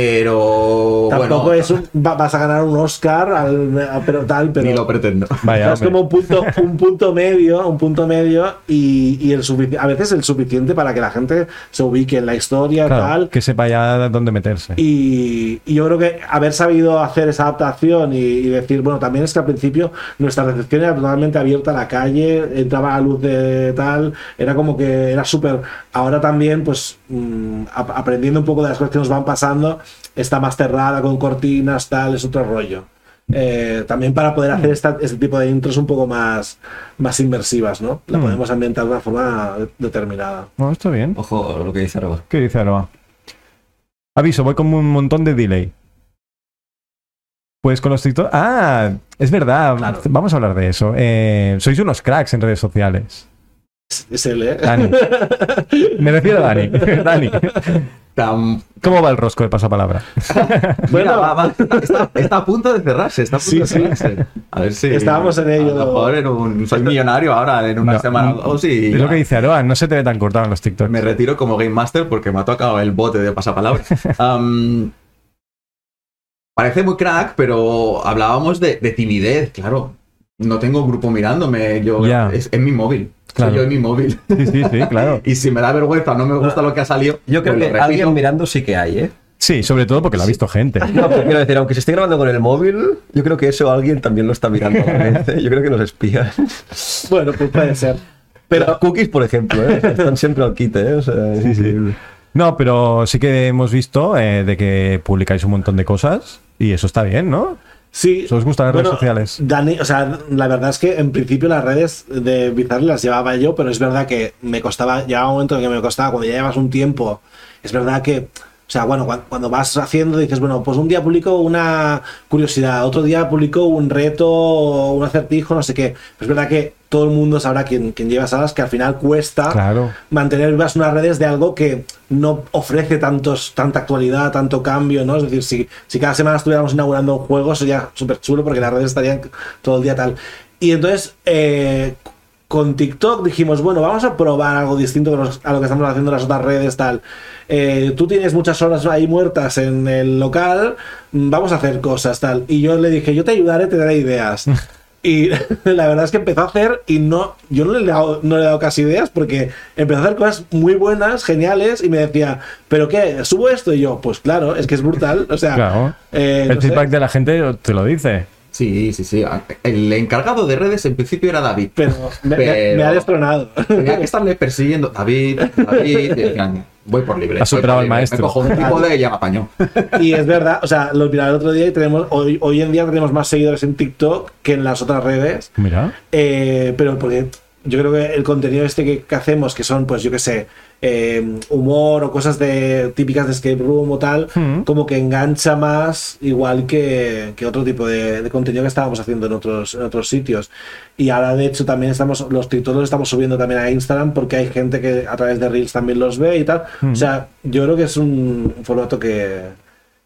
Speaker 4: pero
Speaker 5: Tampoco
Speaker 4: bueno,
Speaker 5: es un, va- vas a ganar un Oscar, al- a- pero tal, pero...
Speaker 4: ni lo pretendo.
Speaker 2: Vaya,
Speaker 5: es como
Speaker 2: hombre.
Speaker 5: un punto, un punto medio, un punto medio y, y el sufici- a veces el suficiente para que la gente se ubique en la historia
Speaker 2: Claro,
Speaker 5: tal.
Speaker 2: que sepa ya dónde meterse.
Speaker 5: Y, y yo creo que haber sabido hacer esa adaptación y, y decir, bueno, también es que al principio nuestra recepción era totalmente abierta a la calle, entraba la luz de tal, era como que era súper. Ahora también, pues mm, ap- aprendiendo un poco de las cosas que nos van pasando, está más cerrada con cortinas, tal, es otro rollo. Eh, también para poder hacer esta- este tipo de intros un poco más, más inmersivas, ¿no? La
Speaker 2: Mm.
Speaker 5: podemos ambientar de una forma determinada.
Speaker 2: Bueno, está bien.
Speaker 3: Ojo lo que dice Arba.
Speaker 2: ¿Qué dice Aroa? Aviso, voy con un montón de delay. Pues con los TikTok. Ah, es verdad.
Speaker 4: Claro.
Speaker 2: Vamos a hablar de eso. Eh, sois unos cracks en redes sociales.
Speaker 5: Es, es él, ¿eh?
Speaker 2: Dani. Me refiero a Dani. <laughs> Dani,
Speaker 4: Tan-
Speaker 2: ¿cómo va el rosco de pasapalabra?
Speaker 5: Bueno.
Speaker 4: Mira, va- va- está, está a punto de cerrarse, está a punto
Speaker 5: Sí,
Speaker 4: de
Speaker 5: sí.
Speaker 4: cerrarse. A ver si.
Speaker 5: Estábamos en ello.
Speaker 4: A lo mejor en un- soy millonario ahora en una
Speaker 2: No,
Speaker 4: semana o dos y.
Speaker 2: Es
Speaker 4: ya
Speaker 2: lo que dice Aroa, no se te ve tan cortado en los TikToks.
Speaker 4: Me retiro como Game Master porque me ha tocado el bote de pasapalabra.
Speaker 2: <laughs>
Speaker 4: Am, parece muy crack, pero hablábamos de, de timidez, claro. No tengo un grupo mirándome, yo
Speaker 2: Ya.
Speaker 4: es, es mi móvil.
Speaker 2: Claro.
Speaker 4: Soy yo en mi móvil. <laughs>
Speaker 2: Sí, sí, sí, claro.
Speaker 4: Y si me da vergüenza, no me gusta lo que ha salido.
Speaker 3: Yo creo
Speaker 4: pues lo
Speaker 3: que
Speaker 4: repito.
Speaker 3: alguien mirando sí que hay, ¿eh?
Speaker 2: Sí, sobre todo porque lo ha visto gente.
Speaker 3: No, pero quiero decir, aunque se esté grabando con el móvil, yo creo que eso alguien también lo está <laughs> mirando. a la vez, ¿eh? Yo creo que nos espían.
Speaker 5: Bueno, pues puede ser.
Speaker 3: Pero cookies, por ejemplo, ¿eh? están siempre al quite. ¿eh? O sea, es increíble.
Speaker 2: No, pero sí que hemos visto eh, de que publicáis un montón de cosas y eso está bien, ¿no?
Speaker 5: Sí.
Speaker 2: Eso os gusta las redes sociales.
Speaker 5: Dani, o sea, la verdad es que en principio las redes de Bizarre las llevaba yo, pero es verdad que me costaba, llegaba un momento en que me costaba, cuando ya llevas un tiempo, es verdad que, o sea, bueno, cuan- cuando, vas haciendo dices, bueno, pues un día publico una curiosidad, otro día publico un reto, un acertijo, no sé qué. Pero es verdad que todo el mundo sabrá quién, quién lleva salas, que al final cuesta
Speaker 2: Claro.
Speaker 5: mantener vivas unas redes de algo que no ofrece tantos, tanta actualidad, tanto cambio, ¿no? Es decir, si, si cada semana estuviéramos inaugurando un juego, sería súper chulo porque las redes estarían todo el día tal. Y entonces, eh, con TikTok dijimos, bueno, vamos a probar algo distinto que nos- a lo que estamos haciendo en las otras redes, tal. Eh, tú tienes muchas horas ahí muertas en el local, mm, vamos a hacer cosas, tal. Y yo le dije, yo te ayudaré, te daré ideas. Y <laughs> la verdad es que empezó a hacer y no, yo no le, he dado, no le he dado casi ideas porque empezó a hacer cosas muy buenas, geniales y me decía, ¿pero qué? ¿Subo esto? Y yo, pues claro, es que es brutal. O sea,
Speaker 2: Claro.
Speaker 5: <laughs> eh,
Speaker 2: el
Speaker 5: no sé,
Speaker 2: feedback de la gente te lo dice.
Speaker 4: Sí, sí, sí. El encargado de redes en principio era David.
Speaker 5: pero me, me-
Speaker 4: Pero-
Speaker 5: me ha destronado. <laughs>
Speaker 4: Tenía que estarle persiguiendo. David, David. y decían, voy por libre.
Speaker 2: Ha superado
Speaker 4: voy por
Speaker 2: al
Speaker 4: libre.
Speaker 2: maestro.
Speaker 4: Me cojo un tipo de y ya me apañó.
Speaker 5: Y es verdad, o sea, lo miraba el otro día y tenemos, hoy, hoy en día tenemos más seguidores en TikTok que en las otras redes.
Speaker 2: Mira.
Speaker 5: Eh, pero porque yo creo que el contenido este que, que hacemos, que son, pues yo qué sé, eh, humor o cosas de típicas de escape room o tal,
Speaker 2: Mm.
Speaker 5: como que engancha más igual que, que otro tipo de, de contenido que estábamos haciendo en otros, en otros sitios. Y ahora de hecho también estamos, los títulos los estamos subiendo también a Instagram porque hay gente que a través de Reels también los ve y tal. O sea, yo creo que es un formato que...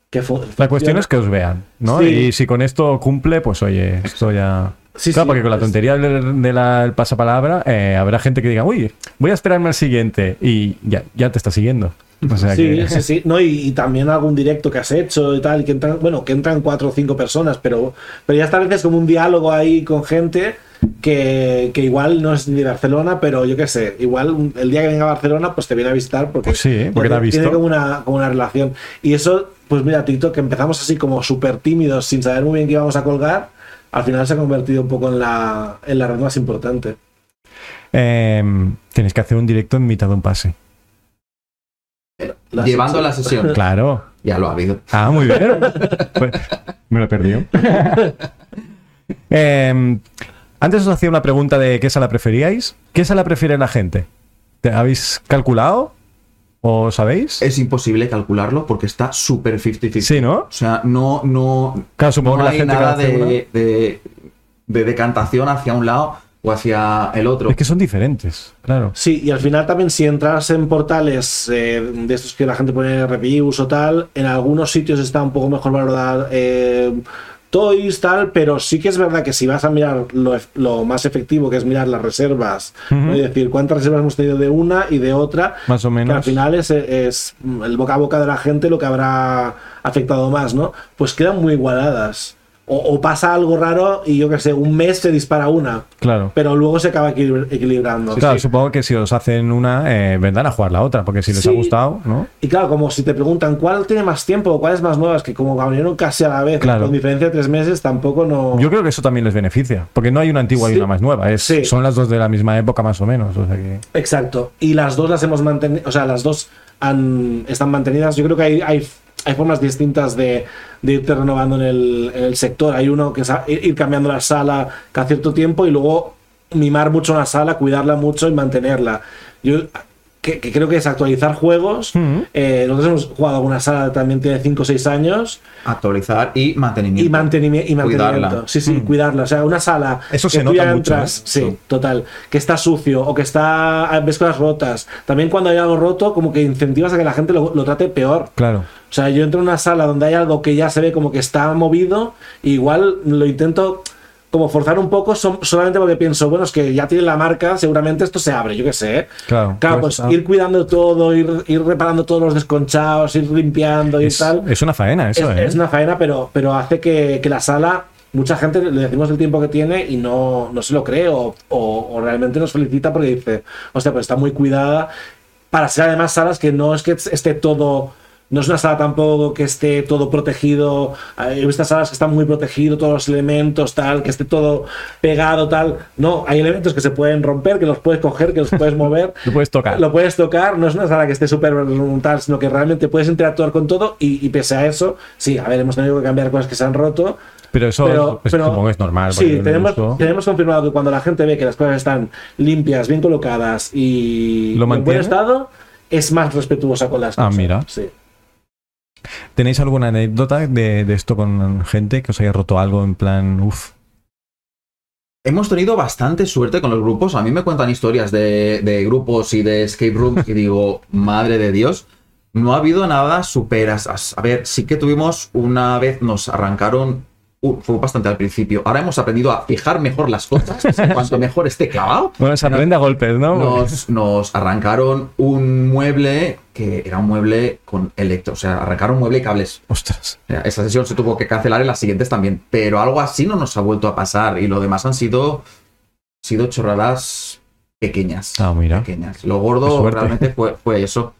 Speaker 5: que fu-
Speaker 2: La cuestión
Speaker 5: funciona.
Speaker 2: es que os vean, ¿no?
Speaker 5: Sí.
Speaker 2: Y si con esto cumple, pues oye, esto ya.
Speaker 5: Sí,
Speaker 2: claro,
Speaker 5: sí,
Speaker 2: porque con la
Speaker 5: pues-
Speaker 2: tontería del de la- el pasapalabra eh, habrá gente que diga, uy, voy a esperarme al siguiente y ya, ya te está siguiendo. O sea
Speaker 5: sí,
Speaker 2: que-
Speaker 5: sí, sí. No, y, y también algún directo que has hecho y tal, que entran, bueno, que entran cuatro o cinco personas, pero, pero ya estableces como un diálogo ahí con gente que, que igual no es ni de Barcelona, pero yo qué sé, igual un- el día que venga a Barcelona, pues te viene a visitar porque,
Speaker 2: Pues sí, porque te ha
Speaker 5: tiene
Speaker 2: visto.
Speaker 5: como una, como una relación. Y eso, pues mira, TikTok, que empezamos así como súper tímidos, sin saber muy bien qué íbamos a colgar, al final se ha convertido un poco en la, en la red más importante.
Speaker 2: Em, tenéis que hacer un directo en mitad de un pase.
Speaker 5: <laughs> Las-
Speaker 4: Llevando la sesión.
Speaker 2: Claro.
Speaker 4: Ya lo ha habido.
Speaker 2: Ah, muy bien. Pues, me lo he perdido. Em, antes os hacía una pregunta de qué sala preferíais. ¿Qué sala prefiere la gente? ¿Te- ¿Habéis calculado? ¿O
Speaker 5: Eh,
Speaker 2: sabéis?
Speaker 4: Es imposible calcularlo porque está súper 50-50.
Speaker 2: Sí, ¿no?
Speaker 4: O sea, no, no,
Speaker 2: Claro, supongo
Speaker 4: no
Speaker 2: que la
Speaker 4: hay
Speaker 2: gente cada
Speaker 4: nada de, de de decantación hacia un lado o hacia el otro.
Speaker 2: Es que son diferentes, claro.
Speaker 5: Sí, y al final también si entras en portales eh, de estos que la gente pone reviews o tal, en algunos sitios está un poco mejor valorada eh, toys, tal, pero sí que es verdad que si vas a mirar lo, ef- lo más efectivo, que es mirar las reservas, ¿no? y decir cuántas reservas hemos tenido de una y de otra,
Speaker 2: Más o menos.
Speaker 5: que al final es, es el boca a boca de la gente lo que habrá afectado más, ¿no? Pues quedan muy igualadas. O, o pasa algo raro y yo qué sé, un mes se dispara una,
Speaker 2: Claro.
Speaker 5: pero luego se acaba equilibr- equilibrando.
Speaker 2: claro, supongo que si os hacen una, eh, vendrán a jugar la otra, porque si les ha
Speaker 5: Sí.
Speaker 2: gustado, ¿no?
Speaker 5: Y claro, como si te preguntan cuál tiene más tiempo o cuál es más nueva, es que como abrieron casi a la vez,
Speaker 2: Claro.
Speaker 5: con diferencia de tres meses, tampoco no.
Speaker 2: Yo creo que eso también les beneficia, porque no hay una antigua y
Speaker 5: Sí.
Speaker 2: una más nueva. es-
Speaker 5: Sí.
Speaker 2: Son las dos de la misma época, más o menos. o sea que-
Speaker 5: Exacto. Y las dos las hemos mantenido, o sea, las dos han- están mantenidas. Yo creo que hay, hay, hay formas distintas de, de irte renovando en el, en el sector. Hay uno que es a- ir ir cambiando la sala cada cierto tiempo y luego mimar mucho una sala, cuidarla mucho y mantenerla. Yo que, que creo que es actualizar juegos.
Speaker 2: Ujú.
Speaker 5: Eh, nosotros hemos jugado alguna sala que también tiene 5 o 6 años.
Speaker 4: Actualizar y mantenimiento.
Speaker 5: y, mantenimi- y mantenimiento.
Speaker 4: Cuidarla.
Speaker 5: Sí, sí, cuidarla. O sea, una sala.
Speaker 2: Eso
Speaker 5: que
Speaker 2: se
Speaker 5: tú
Speaker 2: nota
Speaker 5: ya
Speaker 2: mucho,
Speaker 5: entras-
Speaker 2: ¿eh?
Speaker 5: Sí, total. Que está sucio o que está. ves cosas rotas. También cuando hay algo roto, como que incentivas a que la gente lo, lo trate peor.
Speaker 2: Claro.
Speaker 5: O sea, yo entro en una sala donde hay algo que ya se ve como que está movido, y igual lo intento. Como forzar un poco som- solamente porque pienso, bueno, es que ya tiene la marca, seguramente esto se abre, yo qué sé.
Speaker 2: Claro,
Speaker 5: Claro,
Speaker 2: pues,
Speaker 5: pues
Speaker 2: ah.
Speaker 5: ir cuidando todo, ir, ir reparando todos los desconchados, ir limpiando y
Speaker 2: Es,
Speaker 5: tal
Speaker 2: es una faena eso,
Speaker 5: es,
Speaker 2: ¿eh?
Speaker 5: es una faena, pero, pero hace que, que la sala, mucha gente le decimos el tiempo que tiene y no, no se lo cree o, o- o realmente nos felicita porque dice, hostia, pues está muy cuidada para ser además salas que no es que esté todo... No es una sala tampoco que esté todo protegido. Hay estas salas que están muy protegido, todos los elementos, tal, que esté todo pegado, tal. No, hay elementos que se pueden romper, que los puedes coger, que los puedes mover.
Speaker 2: <laughs> Lo puedes tocar.
Speaker 5: Lo puedes tocar, no es una sala que esté súper tal, sino que realmente puedes interactuar con todo y, y pese a eso, sí, a ver, hemos tenido que cambiar cosas que se han roto.
Speaker 2: Pero eso
Speaker 5: Pero,
Speaker 2: es- pues,
Speaker 5: pero-
Speaker 2: supongo que es normal. porque
Speaker 5: Sí,
Speaker 2: no
Speaker 5: tenemos,
Speaker 2: gustó.
Speaker 5: tenemos confirmado que cuando la gente ve que las cosas están limpias, bien colocadas y
Speaker 2: ¿Lo
Speaker 5: en buen
Speaker 2: mantiene?
Speaker 5: estado, es más respetuosa con las
Speaker 2: Ah,
Speaker 5: cosas.
Speaker 2: mira.
Speaker 5: Sí.
Speaker 2: ¿Tenéis alguna anécdota de, de esto con gente que os haya roto algo en plan, uff?
Speaker 4: Hemos tenido bastante suerte con los grupos. A mí me cuentan historias de, de grupos y de escape rooms y digo, <laughs> madre de Dios, no ha habido nada superas. as- A ver, sí que tuvimos una vez, nos arrancaron, uh, fue bastante al principio. Ahora hemos aprendido a fijar mejor las cosas. Cuanto mejor esté clavado,
Speaker 2: Bueno, se aprende a golpes, ¿no?
Speaker 4: nos, nos arrancaron un mueble que era un mueble con electro, o sea, arrancaron mueble y cables.
Speaker 2: Ostras.
Speaker 4: O sea, Esta sesión se tuvo que cancelar en las siguientes también, pero algo así no nos ha vuelto a pasar y lo demás han sido, sido chorradas pequeñas.
Speaker 2: Ah, mira.
Speaker 4: pequeñas. Lo
Speaker 2: Qué
Speaker 4: gordo
Speaker 2: suerte.
Speaker 4: realmente fue,
Speaker 3: <laughs>
Speaker 4: fue eso.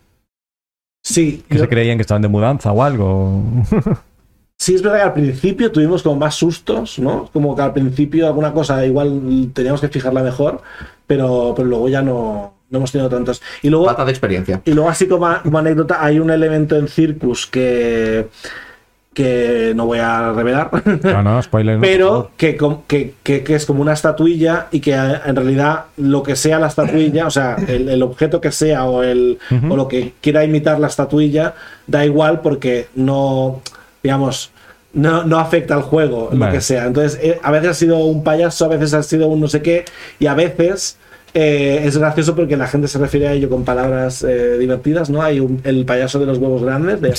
Speaker 5: Sí,
Speaker 2: Que
Speaker 5: yo-
Speaker 2: se creían que estaban de mudanza o
Speaker 5: <laughs>
Speaker 2: algo.
Speaker 5: Sí, es verdad que al principio tuvimos como más sustos, ¿no? Como que al principio alguna cosa igual teníamos que fijarla mejor, pero, pero luego ya no, no hemos tenido tantos. Y
Speaker 3: Oh.
Speaker 5: luego,
Speaker 4: Falta de experiencia.
Speaker 5: y luego así como, a- como anécdota, hay un elemento en Circus que, que no voy a revelar, <laughs>
Speaker 2: No, no, spoiler. no, por favor.
Speaker 5: pero que, com- que, que- que es como una estatuilla y que eh, en realidad lo que sea la estatuilla,
Speaker 2: <laughs>
Speaker 5: o sea, el, el objeto que sea o, el, o lo que quiera imitar la estatuilla, da igual porque no, digamos, no, no afecta al juego, lo
Speaker 2: Vale.
Speaker 5: que sea. Entonces, eh, a veces ha sido un payaso, a veces ha sido un no sé qué, y a veces... eh, es gracioso porque la gente se refiere a ello con palabras eh, divertidas, ¿no? Hay un- el payaso de los huevos grandes, de,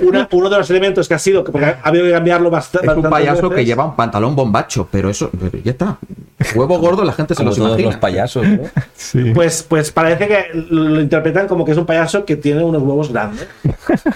Speaker 5: una- uno de los elementos que ha sido, porque ha habido que cambiarlo bastante.
Speaker 4: Es un payaso que lleva un pantalón bombacho, pero eso, pero ya está. Huevo gordo, la gente se
Speaker 3: Como
Speaker 4: los
Speaker 3: todos los
Speaker 4: imagina.
Speaker 3: payasos, ¿no?
Speaker 2: Sí.
Speaker 5: Pues, pues parece que lo interpretan como que es un payaso que tiene unos huevos grandes.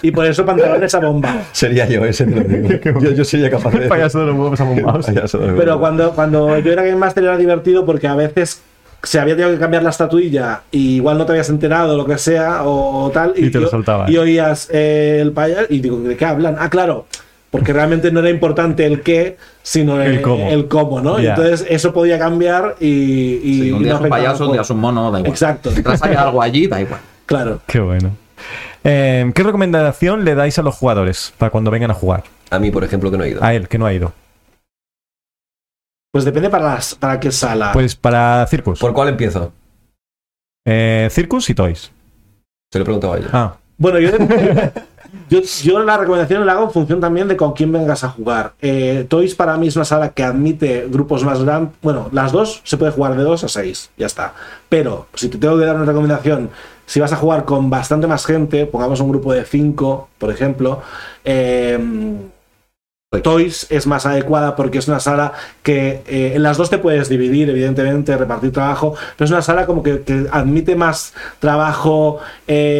Speaker 5: Y por eso pantalones a bomba.
Speaker 3: <laughs> Sería yo ese, te lo <laughs> digo. Yo, yo sería capaz de...
Speaker 2: El payaso de los huevos
Speaker 3: <laughs>
Speaker 2: abombados.
Speaker 3: Payaso de-
Speaker 5: Pero cuando, cuando yo era Game Master era divertido porque a veces se había tenido que cambiar la estatuilla y igual no te habías enterado, lo que sea, o, o tal.
Speaker 2: Y te lo
Speaker 5: yo-
Speaker 2: soltabas.
Speaker 5: Y oías eh, el payaso y digo, ¿de qué hablan? Ah, claro. Porque realmente no era importante el qué, sino el,
Speaker 2: El cómo.
Speaker 5: el cómo, ¿no? Y
Speaker 2: Ya.
Speaker 5: entonces eso podía cambiar y. y
Speaker 4: Sí, un día es
Speaker 5: y no
Speaker 4: un
Speaker 5: afectaba al
Speaker 4: payaso, un
Speaker 5: juego.
Speaker 4: día es un mono, da igual.
Speaker 5: Exacto.
Speaker 4: Mientras haya algo allí, da igual.
Speaker 5: Claro.
Speaker 2: Qué bueno. Eh, ¿Qué recomendación le dais a los jugadores para cuando vengan a jugar?
Speaker 3: A mí, por ejemplo, que no he ido.
Speaker 2: A él, que no ha ido.
Speaker 5: Pues depende para, las, para qué sala.
Speaker 2: Pues para Circus.
Speaker 3: ¿Por cuál empiezo?
Speaker 2: Eh, circus y Toys.
Speaker 3: Se lo he preguntado a ella.
Speaker 2: Ah,
Speaker 5: bueno, yo, de- Yo, yo la recomendación la hago en función también de con quién vengas a jugar. Eh, Toys para mí es una sala que admite grupos más grandes. Bueno, las dos se puede jugar de dos a seis, ya está. Pero si te tengo que dar una recomendación, si vas a jugar con bastante más gente, pongamos un grupo de cinco, por ejemplo, eh, Toys es más adecuada porque es una sala que eh, en las dos te puedes dividir, evidentemente, repartir trabajo, pero es una sala como que, que admite más trabajo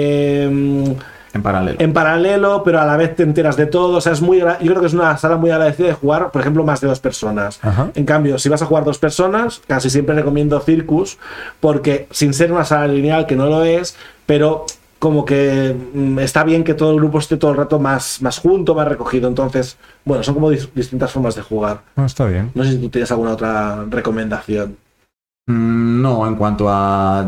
Speaker 5: eh,
Speaker 4: En paralelo.
Speaker 5: en paralelo, pero a la vez te enteras de todo. O sea, es muy, gra- yo creo que es una sala muy agradecida de jugar, por ejemplo, más de dos personas.
Speaker 2: Ajá.
Speaker 5: En cambio, si vas a jugar dos personas, casi siempre recomiendo Circus, porque sin ser una sala lineal, que no lo es, pero como que mm, está bien que todo el grupo esté todo el rato más, más junto, más recogido. Entonces, bueno, son como dis- distintas formas de jugar.
Speaker 2: No, está bien.
Speaker 5: No sé si tú tienes alguna otra recomendación.
Speaker 4: Mm, No, en cuanto a.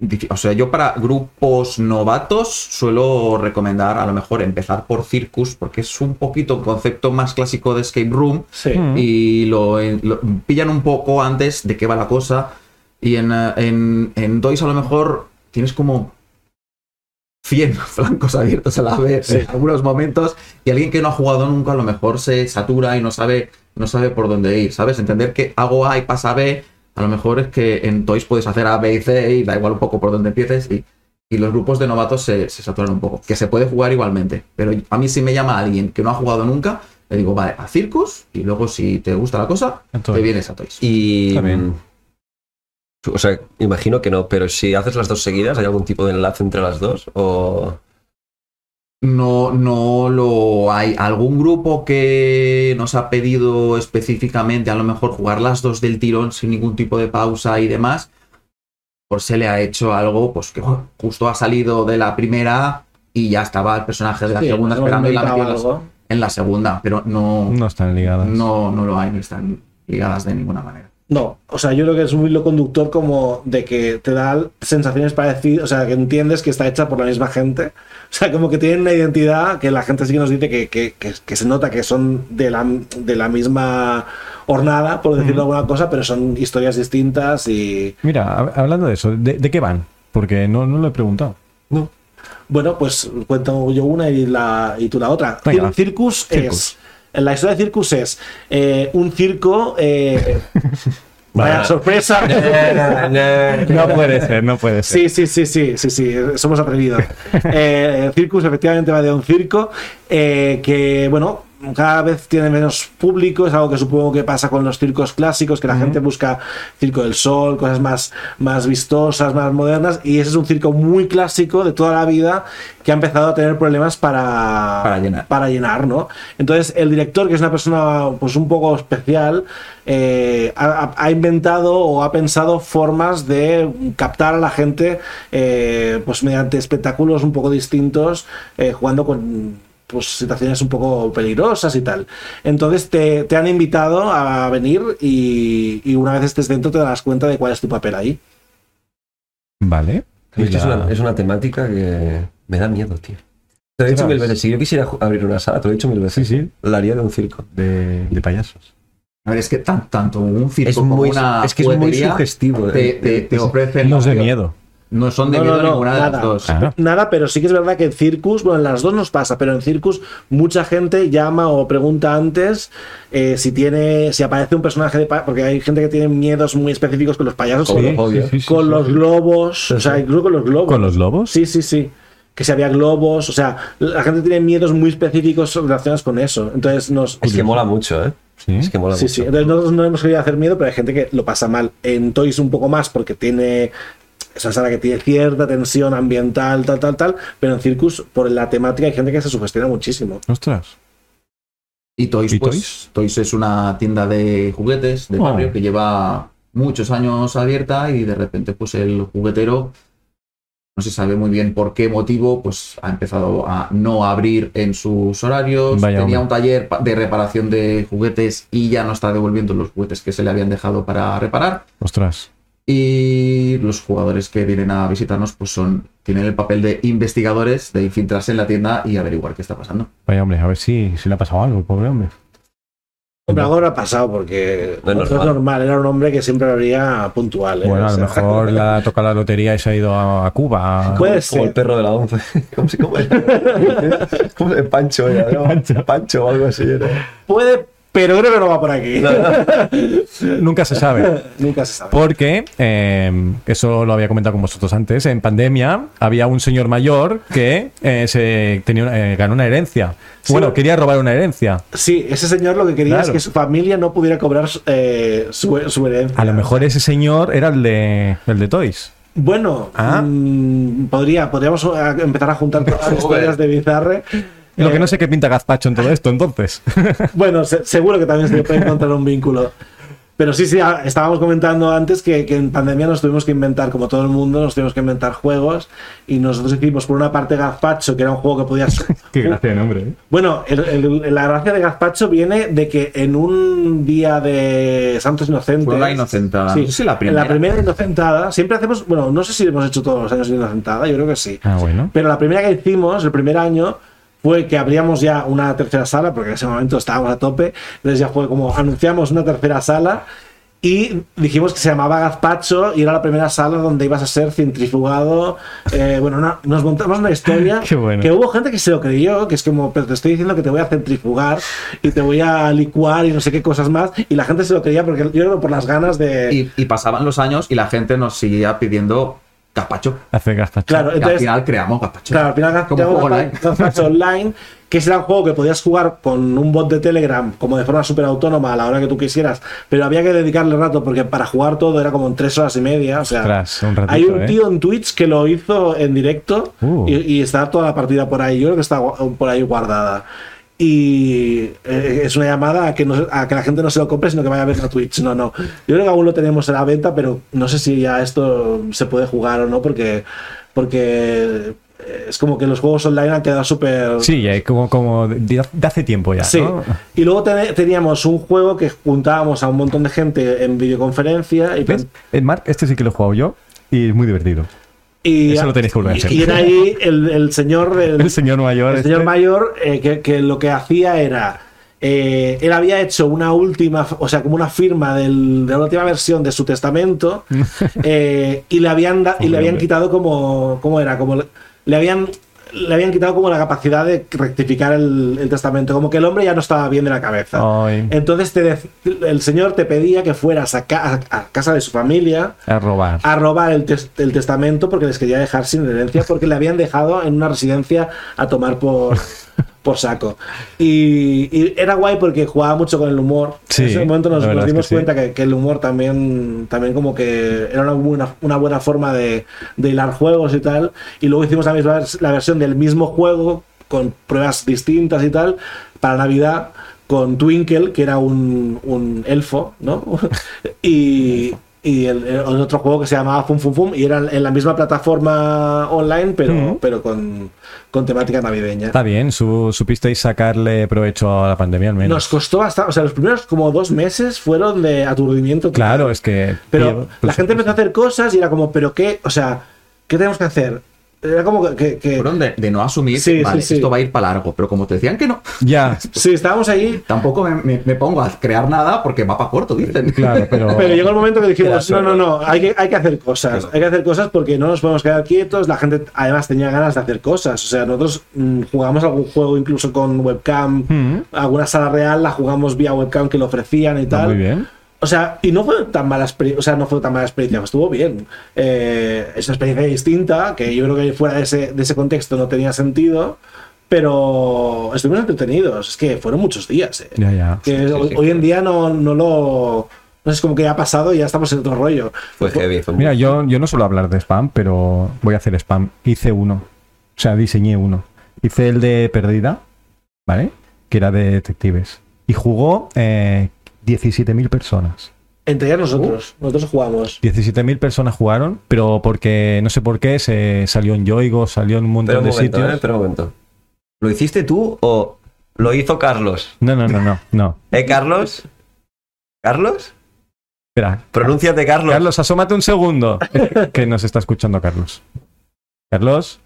Speaker 4: difi- O sea, yo para grupos novatos suelo recomendar a lo mejor empezar por Circus, porque es un poquito un concepto más clásico de escape room
Speaker 5: Sí.
Speaker 2: Mm.
Speaker 4: y lo, eh, lo pillan un poco antes de qué va la cosa. Y en, eh, en, en Toys a lo mejor tienes como 100 <laughs> flancos abiertos a la vez
Speaker 5: Sí.
Speaker 4: en algunos momentos y alguien que no ha jugado nunca a lo mejor se satura y no sabe, no sabe por dónde ir, ¿sabes? Entender que hago A y pasa B, a lo mejor es que en Toys puedes hacer A, B y C y da igual un poco por dónde empieces y, y los grupos de novatos se, se saturan un poco, que se puede jugar igualmente, pero a mí si me llama alguien que no ha jugado nunca, le digo, vale, a Circus y luego si te gusta la cosa, te
Speaker 2: Entonces,
Speaker 4: vienes a Toys.
Speaker 3: Y. mm,
Speaker 2: Está bien.
Speaker 3: O sea, imagino que no, pero si haces las dos seguidas, ¿hay algún tipo de enlace entre las dos? O.
Speaker 4: No, no lo hay. Algún grupo que nos ha pedido específicamente a lo mejor jugar las dos del tirón sin ningún tipo de pausa y demás, pues se le ha hecho algo pues que ju- justo ha salido de la primera y ya estaba el personaje de la
Speaker 5: Sí,
Speaker 4: segunda
Speaker 5: hemos
Speaker 4: esperando y la ha
Speaker 5: meditado
Speaker 4: metido en la-
Speaker 5: algo.
Speaker 4: en la segunda, pero no,
Speaker 2: no están ligadas.
Speaker 4: no, no lo hay, no están ligadas de ninguna manera.
Speaker 5: No, o sea, yo creo que es un hilo conductor como de que te da sensaciones parecidas, o sea, que entiendes que está hecha por la misma gente. O sea, como que tienen una identidad que la gente sí que nos dice que, que- que- que se nota que son de la, de la misma hornada, por decirlo alguna cosa, pero son historias distintas y,
Speaker 2: Mira, hab- hablando de eso, ¿de, de qué van? Porque no, no lo he preguntado.
Speaker 3: No.
Speaker 5: Bueno, pues cuento yo una y, la, y tú la otra.
Speaker 2: Venga,
Speaker 5: Cir-
Speaker 2: va.
Speaker 5: Circus,
Speaker 2: Circus.
Speaker 5: es. La historia de Circus es eh, un circo.
Speaker 2: <laughs>
Speaker 5: eh, vaya, sorpresa.
Speaker 2: Eh, <laughs> No puede ser, no puede ser.
Speaker 5: Sí, sí, sí, sí, sí, sí, somos atrevidos. Eh, Circus efectivamente va de un circo eh, que, bueno, cada vez tiene menos público, es algo que supongo que pasa con los circos clásicos, que la gente busca Circo del Sol, cosas más, más vistosas, más modernas, y ese es un circo muy clásico de toda la vida que ha empezado a tener problemas para,
Speaker 4: Para llenar.
Speaker 5: para llenar, ¿no? Entonces, el director, que es una persona pues un poco especial, eh, ha, ha inventado o ha pensado formas de captar a la gente eh, pues mediante espectáculos un poco distintos, eh, jugando con pues, situaciones un poco peligrosas y tal. Entonces te, te han invitado a venir y, y una vez estés dentro te darás cuenta de cuál es tu papel ahí.
Speaker 2: Vale.
Speaker 3: Es, que es
Speaker 2: la-
Speaker 3: una, es una temática que me da miedo, tío. Te lo he dicho mil veces. Si yo quisiera ju- abrir una sala, te lo he dicho mil
Speaker 2: Sí,
Speaker 3: veces.
Speaker 2: sí,
Speaker 3: La haría de un circo.
Speaker 2: de, de payasos.
Speaker 4: A ver, es que tan- tanto un circo
Speaker 3: Es,
Speaker 4: como
Speaker 3: muy,
Speaker 4: una
Speaker 3: es que es muy
Speaker 4: juguetería
Speaker 3: sugestivo. eh.
Speaker 4: te, te- te ofrecen...
Speaker 2: No es de miedo.
Speaker 4: No son de
Speaker 5: No, no,
Speaker 4: miedo
Speaker 5: no,
Speaker 4: ninguna de
Speaker 5: nada.
Speaker 4: las dos.
Speaker 2: Claro.
Speaker 5: Nada, pero sí que es verdad que en Circus, bueno, en las dos nos pasa, pero en Circus mucha gente llama o pregunta antes eh, si tiene, si aparece un personaje de pa- porque hay gente que tiene miedos muy específicos con los payasos,
Speaker 3: Con
Speaker 5: con,
Speaker 3: los- obvio.
Speaker 5: con los globos, o sea, incluso con los globos.
Speaker 2: ¿Con los globos?
Speaker 5: Sí, sí, sí. Que si había globos, o sea, la gente tiene miedos muy específicos relacionados con eso. Entonces nos.
Speaker 3: Es que mola mucho, ¿eh?
Speaker 2: Sí.
Speaker 3: Es que mola
Speaker 5: Sí,
Speaker 3: mucho.
Speaker 5: sí. Entonces nosotros no hemos querido hacer miedo, pero hay gente que lo pasa mal. En Toys un poco más porque tiene esa sala que tiene cierta tensión ambiental, tal, tal, tal, pero en Circus, por la temática, hay gente que se sugestiona muchísimo.
Speaker 2: Ostras.
Speaker 4: Y Toys,
Speaker 2: ¿Y
Speaker 4: pues,
Speaker 2: Toys?
Speaker 4: Toys? es una tienda de juguetes de
Speaker 2: Oh.
Speaker 4: barrio que lleva muchos años abierta y de repente pues el juguetero no se sabe muy bien por qué motivo pues ha empezado a no abrir en sus horarios
Speaker 2: Vaya
Speaker 4: tenía
Speaker 2: hombre.
Speaker 4: un taller pa- de reparación de juguetes y ya no está devolviendo los juguetes que se le habían dejado para reparar
Speaker 2: Ostras.
Speaker 4: y los jugadores que vienen a visitarnos pues son tienen el papel de investigadores de infiltrarse en la tienda y averiguar qué está pasando
Speaker 2: Vaya hombre, a ver si, si le ha pasado algo, pobre hombre.
Speaker 5: Hombre, algo habrá pasado porque
Speaker 3: No es
Speaker 5: no
Speaker 3: normal.
Speaker 5: es normal, era un hombre que siempre habría puntual. ¿eh?
Speaker 2: Bueno,
Speaker 5: O
Speaker 2: a lo
Speaker 5: sea, <laughs>
Speaker 2: mejor le ha tocado la lotería y se ha ido a, a Cuba.
Speaker 3: Como- Como
Speaker 5: Puede ser.
Speaker 3: el perro de la once. <laughs> ¿Cómo se cómo era? <laughs> ¿Cómo se- Pancho era? ¿no?
Speaker 2: Pancho.
Speaker 3: Pancho o algo así era.
Speaker 5: Puede, pero creo que no va por aquí.
Speaker 2: Nunca se sabe.
Speaker 5: <laughs> Nunca se sabe.
Speaker 2: Porque, eh, eso lo había comentado con vosotros antes, en pandemia había un señor mayor que eh, se tenía, una- eh, ganó una herencia.
Speaker 5: Sí.
Speaker 2: Bueno, quería robar una herencia.
Speaker 5: Sí, ese señor lo que quería
Speaker 2: Claro.
Speaker 5: es que su familia no pudiera cobrar eh, su, su herencia.
Speaker 2: A lo mejor ese señor era el de, el de Toys.
Speaker 5: Bueno,
Speaker 2: Ah.
Speaker 5: mm, podría, podríamos eh, empezar a juntar todas las historias de Bizarre.
Speaker 2: Lo que
Speaker 5: Eh,
Speaker 2: no sé qué pinta Gazpacho en todo esto,
Speaker 5: <laughs>
Speaker 2: entonces.
Speaker 5: Bueno, se- seguro que también se le puede encontrar un vínculo. Pero sí, sí, a- estábamos comentando antes que, que en pandemia nos tuvimos que inventar, como todo el mundo, nos tuvimos que inventar juegos. Y nosotros hicimos, por una parte, Gazpacho, que era un juego que
Speaker 4: <laughs>
Speaker 5: podías.
Speaker 2: de nombre. ¿eh?
Speaker 5: Bueno, el- el- la gracia de Gazpacho viene de que en un día de Santos Inocentes.
Speaker 4: Fue la inocentada.
Speaker 5: Sí,
Speaker 4: No sé si la primera.
Speaker 5: La primera inocentada. Siempre hacemos. Bueno, no sé si hemos hecho todos los años inocentada, yo creo que sí.
Speaker 2: Ah, bueno.
Speaker 5: Pero la primera que hicimos, el primer año, fue que abríamos ya una tercera sala, porque en ese momento estábamos a tope. Entonces ya fue como anunciamos una tercera sala y dijimos que se llamaba Gazpacho y era la primera sala donde ibas a ser centrifugado. Eh, bueno, no, nos montamos una historia
Speaker 2: <laughs> Qué bueno.
Speaker 5: que hubo gente que se lo creyó, que es como, pero te estoy diciendo que te voy a centrifugar y te voy a licuar y no sé qué cosas más. Y la gente se lo creía porque yo creo por las ganas de...
Speaker 4: Y, y pasaban los años y la gente nos seguía pidiendo gazpacho.
Speaker 2: Hacer Gazpacho.
Speaker 5: claro,
Speaker 4: Y al
Speaker 5: entonces...
Speaker 4: final creamos gazpacho.
Speaker 5: Claro, al final
Speaker 4: Como
Speaker 5: te hago
Speaker 4: juego
Speaker 5: Gazpa- <laughs>
Speaker 4: online.
Speaker 5: Gazpacho Online, que ese era un juego que podías jugar con un bot de Telegram, como de forma súper autónoma, a la hora que tú quisieras, pero había que dedicarle rato, porque para jugar todo era como en tres horas y media. O sea,
Speaker 2: Ostras, un ratito,
Speaker 5: hay un
Speaker 2: ¿eh?
Speaker 5: tío en Twitch que lo hizo en directo
Speaker 2: Uh.
Speaker 5: y, y está toda la partida por ahí. Yo creo que está gu- por ahí guardada. Y eh, es una llamada a que, no- a que la gente no se lo compre, sino que vaya a ver a Twitch. No, no. Yo creo que aún lo tenemos en la venta, pero no sé si ya esto se puede jugar o no, porque, porque eh, es como que los juegos online han quedado súper.
Speaker 2: Sí, eh, como, como de, de hace tiempo ya.
Speaker 5: Sí.
Speaker 2: ¿no?
Speaker 5: Y luego ten- teníamos un juego que juntábamos a un montón de gente en videoconferencia y
Speaker 2: ¿Ves? El Mark, este sí que lo he jugado yo y es muy divertido.
Speaker 5: Y,
Speaker 2: Eso lo tenéis que volver a
Speaker 5: y-
Speaker 2: hacer.
Speaker 5: Y era ahí el, el señor, el,
Speaker 2: <laughs> El señor mayor.
Speaker 5: el señor
Speaker 2: este-
Speaker 5: mayor eh, que, que lo que hacía era. eh, él había hecho una última, o sea, como una firma del- de la última versión de
Speaker 2: <laughs>
Speaker 5: su testamento eh, y le habían, da- y le
Speaker 2: Hombre,
Speaker 5: habían
Speaker 2: hombre.
Speaker 5: quitado como, ¿cómo era? Como le, le habían, le habían quitado como la capacidad de rectificar el, el testamento, como que el hombre ya no estaba bien de la cabeza.
Speaker 2: Ay,
Speaker 5: Entonces te dec- el señor te pedía que fueras a, ca- a casa de su familia,
Speaker 2: a robar.
Speaker 5: a robar el, tes- el testamento porque les quería dejar sin herencia porque le habían dejado en una residencia a
Speaker 2: <laughs>
Speaker 5: tomar por, por saco. Y, y era guay porque jugaba mucho con el humor.
Speaker 2: Sí,
Speaker 5: en ese momento nos,
Speaker 2: la verdad
Speaker 5: nos
Speaker 2: es
Speaker 5: dimos
Speaker 2: que sí.
Speaker 5: cuenta que, que el humor también, también como que era una buena, una buena forma de, de hilar juegos y tal. Y luego hicimos la, misma, vers- la versión del mismo juego con pruebas distintas y tal para Navidad con Twinkle, que era un, un elfo, ¿no? <laughs> y y el, el otro juego que se llamaba Fum Fum Fum y era en la misma plataforma online, pero,
Speaker 2: Mm.
Speaker 5: pero con, con temática navideña.
Speaker 2: Está bien, su- supisteis sacarle provecho a la pandemia al menos.
Speaker 5: Nos costó bastante, o sea, los primeros como dos meses fueron de aturdimiento. total.
Speaker 2: Claro, es que.
Speaker 5: Pero la
Speaker 2: pues,
Speaker 5: gente empezó a hacer cosas y era como, pero qué, o sea, ¿qué tenemos que hacer? Era como que... que- que-
Speaker 4: Fueron de, de no asumir,
Speaker 5: Sí, sí,
Speaker 4: vale,
Speaker 5: sí.
Speaker 4: esto va a ir para largo, pero como te decían que no,
Speaker 2: Ya,
Speaker 5: sí, estábamos ahí,
Speaker 4: tampoco me, me- me pongo a crear nada porque va para corto, dicen.
Speaker 2: claro,
Speaker 4: <laughs>
Speaker 2: pero.
Speaker 5: <laughs> pero llegó el momento que
Speaker 4: Era
Speaker 5: dijimos, no,
Speaker 4: solo-
Speaker 5: no, no, hay que, hay que hacer cosas, hay que hacer cosas porque no nos podemos quedar quietos, la gente además tenía ganas de hacer cosas, o sea, nosotros mm, jugamos algún juego incluso con webcam,
Speaker 2: Mm,
Speaker 5: alguna sala real la jugamos vía webcam que lo ofrecían y
Speaker 2: está
Speaker 5: tal.
Speaker 2: muy bien.
Speaker 5: O sea, y no fue tan mala experiencia, o sea, no fue tan mala experiencia, estuvo bien. Eh, es una experiencia distinta, que yo creo que fuera de ese, de ese contexto no tenía sentido, pero estuvimos entretenidos, es que fueron muchos días. eh.
Speaker 2: Ya, ya.
Speaker 5: Que
Speaker 3: sí,
Speaker 5: hoy,
Speaker 3: sí.
Speaker 5: hoy en día no, no lo... No sé, es como que ya ha pasado y ya estamos en otro rollo.
Speaker 3: Fue heavy. Fue muy-
Speaker 2: Mira, yo, yo no suelo hablar de spam, pero voy a hacer spam. Hice uno. O sea, diseñé uno. Hice el de Perdida, ¿vale? Que era de detectives. Y jugó eh, 17.000 personas.
Speaker 5: Entre ellas nosotros, nosotros jugamos.
Speaker 2: 17.000 personas jugaron, pero porque, no sé por qué, se salió en Yoigo, salió en un montón
Speaker 3: Espera un
Speaker 2: de
Speaker 3: momento,
Speaker 2: sitios.
Speaker 3: eh, espera un momento. ¿Lo hiciste tú o lo hizo Carlos?
Speaker 2: No, no, no, no, no.
Speaker 3: ¿Eh, Carlos? ¿Carlos?
Speaker 2: Espera.
Speaker 3: Pronúnciate, Carlos.
Speaker 2: Carlos, asómate un segundo. que nos está escuchando Carlos. Carlos.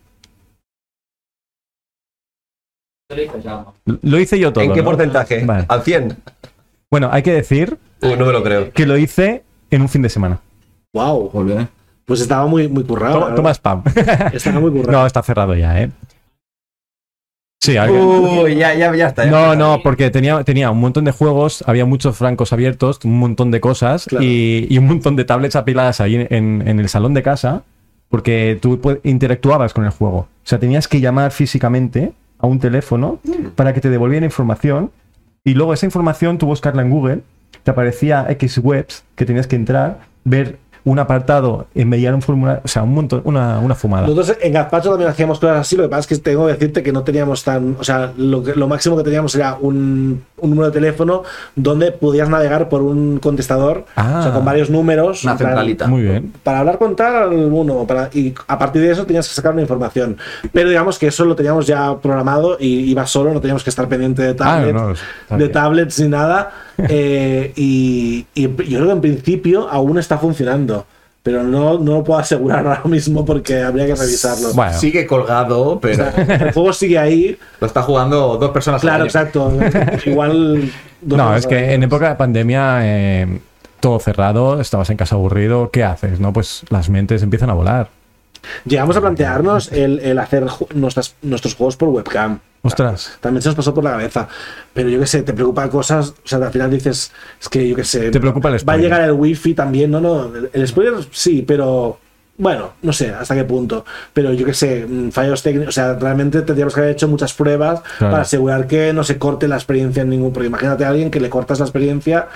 Speaker 2: Lo hice yo todo.
Speaker 3: ¿En qué
Speaker 2: ¿no?
Speaker 3: porcentaje?
Speaker 2: Vale.
Speaker 3: ¿Al 100?
Speaker 2: Bueno, hay que decir
Speaker 3: Uy, no me lo creo.
Speaker 2: que lo hice en un fin de semana.
Speaker 5: Wow.
Speaker 4: Joder, ¿eh?
Speaker 5: Pues estaba muy, muy currado.
Speaker 2: Toma,
Speaker 5: la
Speaker 2: toma
Speaker 5: verdad.
Speaker 2: spam.
Speaker 5: Estaba muy currado.
Speaker 2: <laughs> no, está cerrado ya, ¿eh? Sí, alguien-
Speaker 3: Uy, ya, ya, ya está. ya.
Speaker 2: No, no, porque tenía, tenía un montón de juegos, había muchos francos abiertos, un montón de cosas
Speaker 5: Claro.
Speaker 2: y, y un montón de tablets apiladas ahí en, en- en el salón de casa, porque tú pu- interactuabas con el juego. O sea, tenías que llamar físicamente a un teléfono
Speaker 3: Mm.
Speaker 2: para que te devolviera información y luego esa información tú buscarla en Google, te aparecía X webs que tenías que entrar, ver un apartado, enviar un formulario, o sea, un montón, una, una fumada.
Speaker 5: Nosotros en Gazpacho también hacíamos cosas así, lo que pasa es que tengo que decirte que no teníamos tan, o sea, lo, que- lo máximo que teníamos era un, un número de teléfono donde podías navegar por un contestador,
Speaker 2: Ah.
Speaker 5: o sea, con varios números.
Speaker 4: Una
Speaker 5: en plan,
Speaker 4: centralita.
Speaker 2: Muy bien.
Speaker 5: Para hablar con tal alguno, para, y a partir de eso tenías que sacar una información. Pero digamos que eso lo teníamos ya programado y iba solo, no teníamos que estar pendiente de tablets,
Speaker 2: Ah, no, está
Speaker 5: de
Speaker 2: bien.
Speaker 5: tablets
Speaker 2: <laughs>
Speaker 5: ni nada. eh, y, y yo creo que en principio aún está funcionando. Pero no, no lo puedo asegurar ahora mismo porque habría que revisarlo.
Speaker 2: Bueno.
Speaker 4: Sigue colgado, pero
Speaker 5: El juego
Speaker 2: <laughs>
Speaker 5: sigue ahí.
Speaker 4: lo está jugando dos personas. al
Speaker 5: Claro,
Speaker 4: año.
Speaker 5: exacto.
Speaker 2: <laughs>
Speaker 5: Igual. dos
Speaker 2: No,
Speaker 5: horas
Speaker 2: es que
Speaker 5: adelante.
Speaker 2: en época de pandemia, eh, todo cerrado, estabas en casa aburrido, ¿qué haces? No, pues las mentes empiezan a volar.
Speaker 5: Llegamos a plantearnos el, el hacer ju- nuestras, nuestros juegos por webcam.
Speaker 2: Ostras.
Speaker 5: También se nos pasó por la cabeza. Pero yo qué sé, te preocupa cosas. O sea, al final dices, es que yo qué sé.
Speaker 2: Te preocupa el
Speaker 5: Va a
Speaker 2: spoiler.
Speaker 5: llegar el wifi también, ¿no? no el, el spoiler sí, pero. Bueno, no sé hasta qué punto, pero yo qué sé, mm, fallos técnicos, o sea, realmente tendríamos que haber hecho muchas pruebas
Speaker 2: Claro.
Speaker 5: para asegurar que no se corte la experiencia en ningún, porque imagínate a alguien que le cortas la experiencia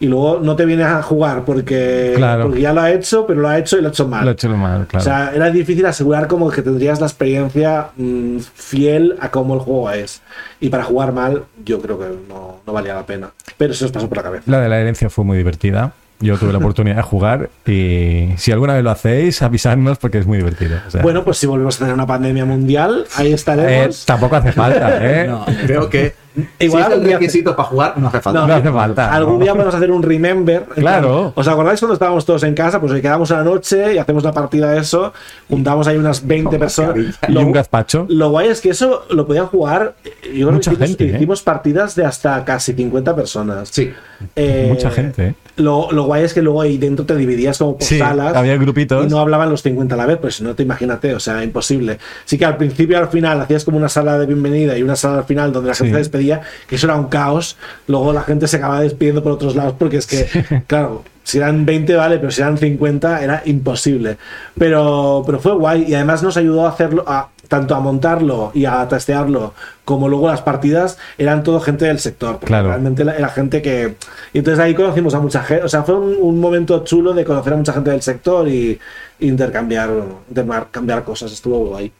Speaker 5: y luego no te viene a jugar porque,
Speaker 2: Claro.
Speaker 5: porque ya lo ha hecho, pero lo ha hecho y lo ha hecho mal.
Speaker 2: Lo he hecho mal, claro.
Speaker 5: O sea, era difícil asegurar como que tendrías la experiencia mm, fiel a cómo el juego es. Y para jugar mal, yo creo que no, no valía la pena. Pero eso os pasó por la cabeza.
Speaker 2: la de la herencia fue muy divertida. Yo tuve
Speaker 5: <laughs>
Speaker 2: la oportunidad de jugar y si alguna vez lo hacéis, avisadnos porque es muy divertido. O sea,
Speaker 5: Bueno, pues si volvemos a tener una pandemia mundial, ahí
Speaker 2: eh,
Speaker 5: estaremos.
Speaker 2: tampoco hace
Speaker 5: <laughs>
Speaker 2: falta, ¿eh? no,
Speaker 4: No, <laughs> creo que
Speaker 5: Igual
Speaker 4: si es
Speaker 5: algún
Speaker 4: el
Speaker 5: día-
Speaker 4: requisito para jugar, no hace falta.
Speaker 5: No.
Speaker 2: hace falta.
Speaker 5: Algún
Speaker 2: ¿no?
Speaker 5: día podemos hacer un remember. En
Speaker 2: Claro.
Speaker 5: plan, ¿Os acordáis cuando estábamos todos en casa? Pues que quedamos una noche y hacemos una partida de eso. Juntamos ahí unas 20 personas.
Speaker 2: Y
Speaker 5: Lo-
Speaker 2: un gazpacho.
Speaker 5: Lo guay es que eso lo podían jugar. eh, Yo creo
Speaker 2: Mucha
Speaker 5: que hicimos,
Speaker 2: gente, ¿eh?
Speaker 5: hicimos partidas de hasta casi 50 personas.
Speaker 4: Sí.
Speaker 5: Eh,
Speaker 2: Mucha gente.
Speaker 5: Lo, lo guay es que luego ahí dentro te dividías como por
Speaker 2: Sí,
Speaker 5: salas.
Speaker 2: había
Speaker 5: Y
Speaker 2: grupitos.
Speaker 5: no hablaban los 50 a la vez, pues no te imagínate, o sea, imposible. Sí que al principio y al final hacías como una sala de bienvenida y una sala al final donde la gente
Speaker 2: Sí.
Speaker 5: se despedía, que eso era un caos. Luego la gente se acababa despidiendo por otros lados porque es que,
Speaker 2: <laughs>
Speaker 5: claro, si eran 20 vale, pero si eran 50 era imposible. Pero, pero fue guay y además nos ayudó a hacerlo, a, tanto a montarlo y a testearlo, como luego las partidas eran todo gente del sector. porque
Speaker 2: Claro.
Speaker 5: realmente realmente la- era gente que. Y entonces ahí conocimos a mucha gente. O sea, fue un, un momento chulo de conocer a mucha gente del sector y intercambiar, intercambiar cosas. Estuvo ahí.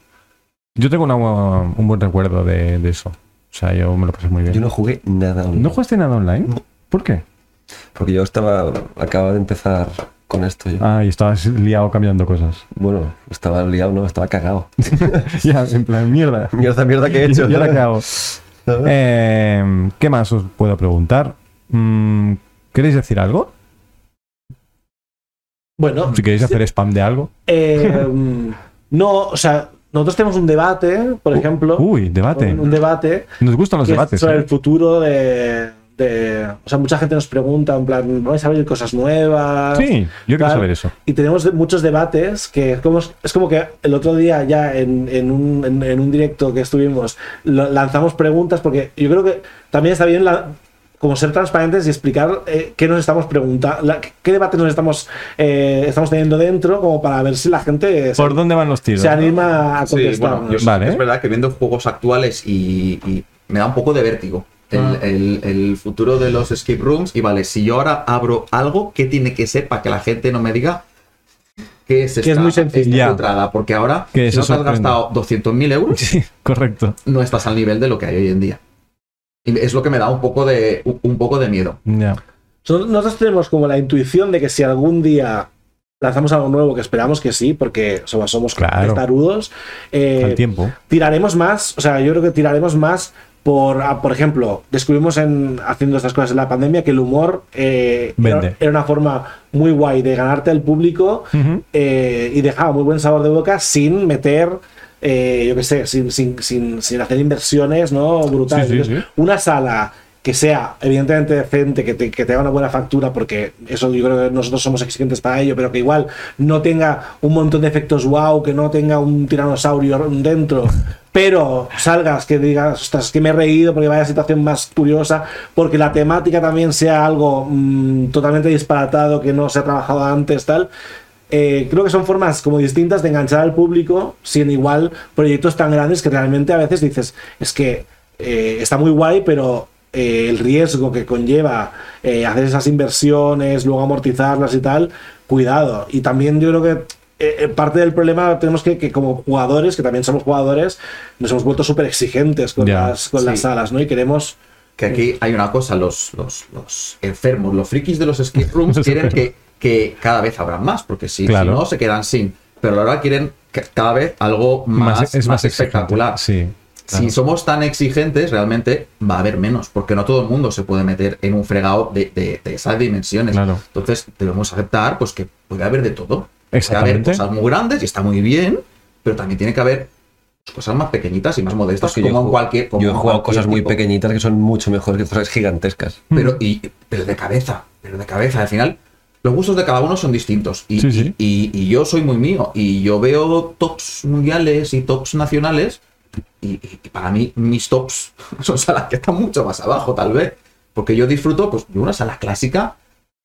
Speaker 2: Yo tengo una- un buen recuerdo de, de eso. O sea, yo me lo pasé muy bien.
Speaker 3: Yo no jugué nada. aún.
Speaker 2: ¿No jugaste nada online? ¿Por qué?
Speaker 3: Porque yo estaba. Acababa de empezar con esto. Yo.
Speaker 2: Ah, y estabas liado cambiando cosas.
Speaker 3: Bueno, estaba liado, no, estaba cagado. <laughs>
Speaker 2: <laughs> ya, en plan, mierda.
Speaker 3: Mierda,
Speaker 2: <laughs>
Speaker 3: mierda que he hecho.
Speaker 2: ¿Y ahora qué
Speaker 3: <laughs>
Speaker 2: hago? Eh, ¿Qué más os puedo preguntar? Mm, ¿Queréis decir algo?
Speaker 5: Bueno,
Speaker 2: Si queréis hacer spam de algo.
Speaker 5: eh,
Speaker 2: <laughs>
Speaker 5: no, o sea, nosotros tenemos un debate, por ejemplo.
Speaker 2: Uy, Uh, debate.
Speaker 5: Un, un debate.
Speaker 2: Nos gustan los
Speaker 5: que es
Speaker 2: debates.
Speaker 5: sobre
Speaker 2: ¿eh?
Speaker 5: el futuro de, de- O sea, mucha gente nos pregunta, en plan, ¿vais a abrir cosas nuevas?
Speaker 2: Sí, yo quiero
Speaker 5: Tal.
Speaker 2: saber eso.
Speaker 5: y tenemos de- muchos debates que es como, es como que el otro día ya en, en un, en- en un directo que estuvimos lo- lanzamos preguntas porque yo creo que también está bien la- como ser transparentes y explicar eh, qué nos estamos preguntando, qué debates nos estamos, eh, estamos teniendo dentro como para ver si la gente se,
Speaker 2: ¿Por dónde van los tiros?
Speaker 5: se anima a
Speaker 4: Sí,
Speaker 5: contestar.
Speaker 4: bueno, yo sí
Speaker 2: Vale.
Speaker 4: que es verdad que viendo juegos actuales y, y me da un poco de vértigo el,
Speaker 5: Ah.
Speaker 4: el- el futuro de los escape rooms. Y vale, si yo ahora abro algo, ¿qué tiene que ser para que la gente no me diga qué es esta,
Speaker 5: Que es muy sencillo.
Speaker 4: esta
Speaker 2: Ya.
Speaker 4: putrada? Porque ahora,
Speaker 2: Que
Speaker 4: si
Speaker 2: se
Speaker 4: no te has
Speaker 2: sorprenda.
Speaker 4: gastado 200.000 euros, <laughs>
Speaker 2: Sí, correcto.
Speaker 4: no estás al nivel de lo que hay hoy en día. Y es lo que me da un poco de, un poco de miedo.
Speaker 2: Ya.
Speaker 5: So- Nosotros tenemos como la intuición de que si algún día lanzamos algo nuevo, que esperamos que sí, porque somos, somos
Speaker 2: Claro.
Speaker 5: testarudos, eh,
Speaker 2: Al tiempo.
Speaker 5: tiraremos más, o sea, yo creo que tiraremos más por, ah, por ejemplo, descubrimos en haciendo estas cosas en la pandemia que el humor eh,
Speaker 2: Vende.
Speaker 5: Era, era una forma muy guay de ganarte al público
Speaker 2: Ujú.
Speaker 5: eh, y dejaba muy buen sabor de boca sin meter, eh, yo qué sé, sin, sin, sin, sin hacer inversiones, ¿no? Brutales.
Speaker 2: Sí, sí,
Speaker 5: Entonces,
Speaker 2: sí.
Speaker 5: Una sala que sea evidentemente decente, que te, que te haga una buena factura, porque eso yo creo que nosotros somos exigentes para ello, pero que igual no tenga un montón de efectos wow, que no tenga un tiranosaurio dentro, pero salgas, que digas, ostras, que me he reído porque vaya situación más curiosa, porque la temática también sea algo mm, totalmente disparatado, que no se ha trabajado antes, tal. Eh, creo que son formas como distintas de enganchar al público sin igual proyectos tan grandes que realmente a veces dices, es que eh, está muy guay, pero eh, el riesgo que conlleva eh, hacer esas inversiones, luego amortizarlas y tal, cuidado. Y también yo creo que eh, eh, parte del problema tenemos que, que como jugadores, que también somos jugadores, nos hemos vuelto súper exigentes con,
Speaker 2: Ya,
Speaker 5: las, con las
Speaker 4: sí.
Speaker 5: salas, ¿no? Y queremos...
Speaker 4: Que aquí hay una cosa, los, los, los enfermos, los frikis de los escape
Speaker 2: <laughs>
Speaker 4: rooms quieren que, que cada vez habrán más, porque si, si
Speaker 2: Claro.
Speaker 4: no se quedan sin. Pero ahora quieren que cada vez algo más, más,
Speaker 2: exigente.
Speaker 4: espectacular.
Speaker 2: Sí. claro.
Speaker 4: Si somos tan exigentes, realmente va a haber menos, porque no todo el mundo se puede meter en un fregado de, de- de esas dimensiones.
Speaker 2: Claro.
Speaker 4: Entonces debemos aceptar pues que puede haber de todo. Puede haber
Speaker 2: Exactamente.
Speaker 4: cosas muy grandes y está muy bien, pero también tiene que haber cosas más pequeñitas y más modestas,
Speaker 3: Porque yo he
Speaker 4: como en
Speaker 3: jugado-
Speaker 4: cualquier. como
Speaker 3: Yo he
Speaker 4: en
Speaker 3: jugado
Speaker 4: cualquier
Speaker 3: cosas muy
Speaker 4: tipo.
Speaker 3: pequeñitas que son mucho mejores que cosas gigantescas.
Speaker 2: Hmm.
Speaker 4: pero, y, pero de cabeza, pero de cabeza. Al final, los gustos de cada uno son distintos. Y,
Speaker 2: Sí, sí.
Speaker 4: y- y yo soy muy mío. Y yo veo tops mundiales y tops nacionales. Y, y- y para mí, mis tops <laughs> son salas que están mucho más abajo, tal vez. Porque yo disfruto pues, de una sala clásica.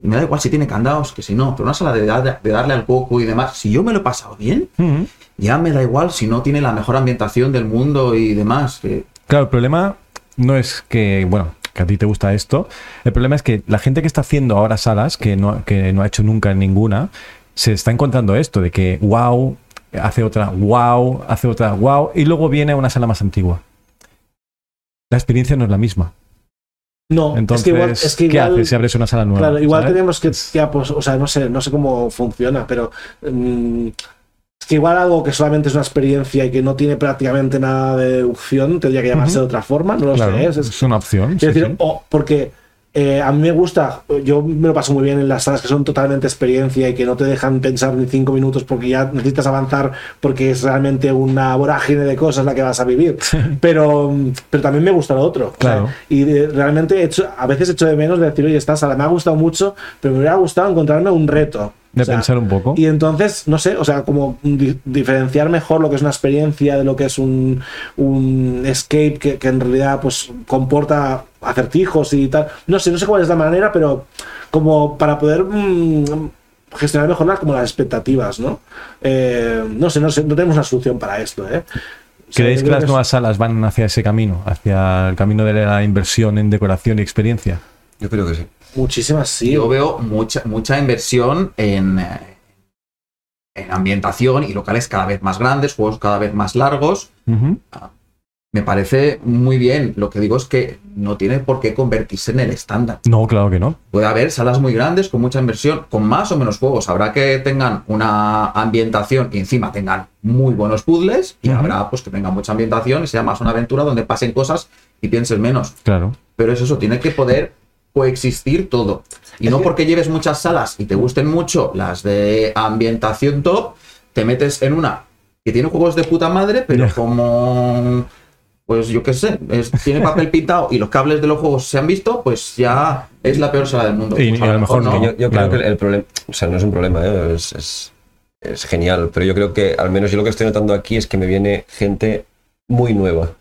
Speaker 4: y Me da igual si tiene candados que si no, pero una sala de, dar- de darle al coco y demás. Si yo me lo he pasado bien,
Speaker 2: Mm.
Speaker 4: ya me da igual si no tiene la mejor ambientación del mundo y demás. que-
Speaker 2: Claro, el problema no es que, bueno, que a ti te gusta esto. El problema es que la gente que está haciendo ahora salas, que no, que no ha hecho nunca ninguna, se está encontrando esto de que, wow, hace otra, wow, hace otra, wow, y luego viene una sala más antigua. La experiencia no es la misma.
Speaker 5: No,
Speaker 2: Entonces,
Speaker 5: es que igual... Es que
Speaker 2: ¿qué
Speaker 5: igual-
Speaker 2: haces si abres una sala nueva?
Speaker 5: Claro, igual
Speaker 2: ¿sabes?
Speaker 5: tenemos que, ya, pues, o sea, no sé, no sé cómo funciona, pero mm, es que igual algo que solamente es una experiencia y que no tiene prácticamente nada de deducción tendría que llamarse de otra forma, no lo
Speaker 2: Claro,
Speaker 5: sé. ¿eh?
Speaker 2: es,
Speaker 5: es- es-
Speaker 2: una opción.
Speaker 5: quiero
Speaker 2: sí,
Speaker 5: decir,
Speaker 2: sí.
Speaker 5: o- porque eh, a mí me gusta, yo me lo paso muy bien en las salas que son totalmente experiencia y que no te dejan pensar ni cinco minutos porque ya necesitas avanzar porque es realmente una vorágine de cosas la que vas a vivir. Pero, mm, pero también me gusta lo otro. O sea,
Speaker 2: Claro.
Speaker 5: y de- realmente he hecho, a veces echo de menos de decir, oye, esta sala me ha gustado mucho, pero me hubiera gustado encontrarme un reto.
Speaker 2: De
Speaker 5: O sea,
Speaker 2: pensar un poco.
Speaker 5: y entonces, no sé, o sea, como di- diferenciar mejor lo que es una experiencia de lo que es un, un escape que, que en realidad pues comporta acertijos y tal. No sé, no sé cuál es la manera, pero como para poder mm, gestionar mejor las, como las expectativas, ¿no? Eh, no sé, no sé, no tenemos una solución para esto, ¿eh? O sea,
Speaker 2: ¿Creéis
Speaker 5: yo
Speaker 2: que
Speaker 5: creo
Speaker 2: las
Speaker 5: es-
Speaker 2: nuevas salas van hacia ese camino? Hacia el camino de la inversión en decoración y experiencia.
Speaker 3: Yo creo que sí.
Speaker 5: Muchísimas sí.
Speaker 4: yo veo mucha, mucha inversión en, eh, en ambientación y locales cada vez más grandes, juegos cada vez más largos.
Speaker 2: Ujú.
Speaker 4: Me parece muy bien. Lo que digo es que no tiene por qué convertirse en el estándar.
Speaker 2: No, claro que no.
Speaker 4: Puede haber salas muy grandes con mucha inversión, con más o menos juegos. Habrá que tengan una ambientación y encima tengan muy buenos puzzles y
Speaker 2: Ujú.
Speaker 4: habrá pues que tengan mucha ambientación y sea más una aventura donde pasen cosas y pienses menos.
Speaker 2: Claro.
Speaker 4: Pero es eso, tiene que poder coexistir todo. Y no porque lleves muchas salas y te gusten mucho las de ambientación top, te metes en una que tiene juegos de puta madre, pero
Speaker 2: Ya.
Speaker 4: como. Pues yo qué sé, es-
Speaker 2: <laughs>
Speaker 4: tiene papel pintado y los cables de los juegos se han visto, pues ya es la peor sala del mundo.
Speaker 2: Y-
Speaker 4: Pues
Speaker 2: y a lo mejor
Speaker 3: Que
Speaker 2: no.
Speaker 3: yo yo
Speaker 2: claro.
Speaker 3: creo que el problema, o sea, no es un problema, ¿eh? es, es- es genial, pero yo creo que al menos yo lo que estoy notando aquí es que me viene gente muy nueva.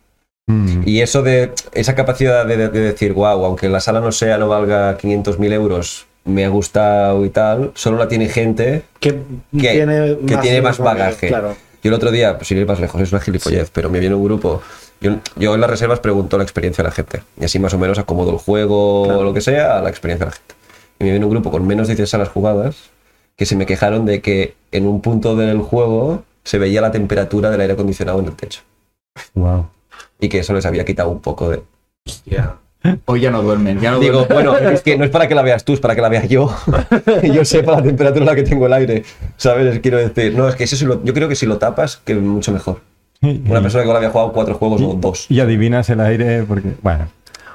Speaker 2: Mm.
Speaker 3: Y eso de esa capacidad de, de decir, wow, aunque la sala no sea, no valga 500.000 euros, me ha gustado y tal, solo la tiene gente
Speaker 5: que,
Speaker 3: que
Speaker 5: tiene
Speaker 3: que tiene más bagaje.
Speaker 5: Claro.
Speaker 3: Yo el otro día, pues, sin ir más lejos, es una gilipollez, pero me viene un grupo. Yo, yo en las reservas pregunto la experiencia de la gente. Y así más o menos acomodo el juego o lo que sea a la experiencia de la gente. Y me viene un grupo con menos de 10 salas jugadas que se me quejaron de que en un punto del juego se veía la temperatura del aire acondicionado en el techo.
Speaker 2: Wow.
Speaker 3: Y que eso les había quitado un poco de...
Speaker 4: Hoy ya no duermen, ya no
Speaker 3: Digo,
Speaker 4: duermen.
Speaker 3: bueno, es que no es para que la veas tú, es para que la vea yo. <laughs> Que yo sepa la temperatura en la que tengo el aire. ¿Sabes? Quiero decir, no, es que si eso lo- yo creo que si lo tapas, que mucho
Speaker 2: Mm.
Speaker 3: mejor. Una persona que ahora había jugado cuatro juegos o dos.
Speaker 2: Y adivinas el aire porque. Bueno.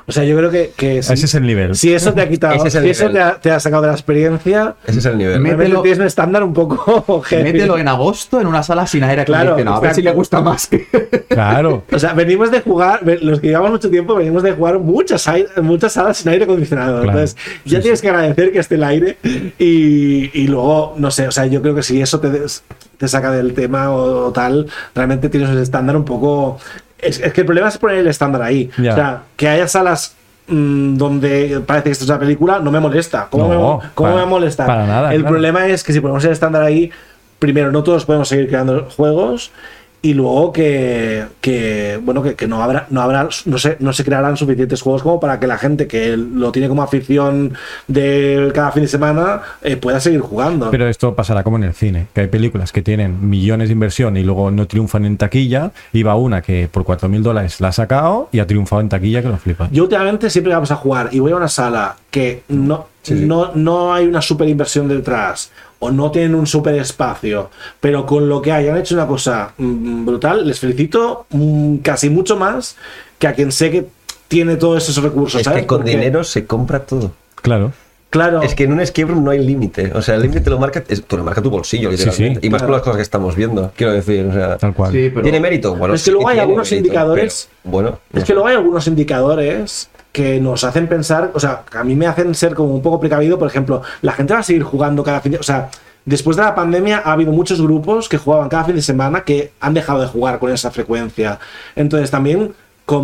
Speaker 5: O sea, yo creo que, que si,
Speaker 2: Ese es el nivel.
Speaker 5: si eso te ha quitado,
Speaker 3: Ese es el
Speaker 5: si eso
Speaker 3: nivel.
Speaker 5: te ha, te ha sacado de la experiencia,
Speaker 3: Ese es el nivel.
Speaker 4: Me-
Speaker 5: realmente
Speaker 4: Mételo-
Speaker 5: tienes un estándar un poco <laughs> heavy.
Speaker 4: Mételo en agosto en una sala sin aire
Speaker 5: Claro,
Speaker 4: acondicionado. A ver
Speaker 5: exacto.
Speaker 4: si le gusta más que.
Speaker 2: Claro.
Speaker 5: O sea, venimos de jugar, ve- los que llevamos mucho tiempo, venimos de jugar muchas, ai- muchas salas sin aire acondicionado.
Speaker 2: Claro.
Speaker 5: Entonces, ya tienes que agradecer que esté el aire y, y luego, no sé, o sea, yo creo que si eso te, des- te saca del tema o, o tal, realmente tienes un estándar un poco... Es, es que el problema es poner el estándar ahí.
Speaker 2: Ya.
Speaker 5: O sea, que haya salas mm, donde parece que esto es una película, no me molesta. ¿Cómo,
Speaker 2: No,
Speaker 5: me, mo- cómo
Speaker 2: para-
Speaker 5: me va a molestar?
Speaker 2: para nada,
Speaker 5: El
Speaker 2: claro.
Speaker 5: problema problema es que si ponemos el estándar ahí, primero no todos podemos seguir creando juegos y luego que, que, bueno que, que no habrá no habrá no se no se crearán suficientes juegos como para que la gente que lo tiene como afición de cada fin de semana eh, pueda seguir jugando
Speaker 2: Pero esto pasará como en el cine, que hay películas que tienen millones de inversión y luego no triunfan en taquilla, y va una que por 4.000 dólares la ha sacado y ha triunfado en taquilla que lo flipa.
Speaker 5: Yo últimamente siempre vamos a jugar y voy a una sala que no, no, no hay una super inversión detrás o no tienen un super espacio, pero con lo que hay han hecho una cosa mm, brutal, les felicito mm, casi mucho más que a quien sé que tiene todos esos recursos.
Speaker 3: Es
Speaker 5: ¿sabes?
Speaker 3: que con
Speaker 5: Porque,
Speaker 3: dinero se compra todo.
Speaker 2: Claro.
Speaker 5: Claro,
Speaker 3: Es que en un escape room no hay límite. O sea, el límite lo marca, es- te lo marca tu bolsillo,
Speaker 2: Sí,
Speaker 3: literalmente.
Speaker 2: sí.
Speaker 3: y más con
Speaker 5: Claro.
Speaker 3: las cosas que estamos viendo, quiero decir. O sea,
Speaker 2: Tal cual.
Speaker 4: Sí, pero.
Speaker 3: ¿Tiene mérito? Bueno,
Speaker 5: Es que luego hay
Speaker 3: tiene
Speaker 5: algunos indicadores-
Speaker 3: pero, bueno,
Speaker 5: Es que luego hay algunos indicadores que nos hacen pensar, o sea, que a mí me hacen ser como un poco precavido, por ejemplo, la gente va a seguir jugando cada fin de, o sea, después de la pandemia ha habido muchos grupos que jugaban cada fin de semana que han dejado de jugar con esa frecuencia. Entonces, también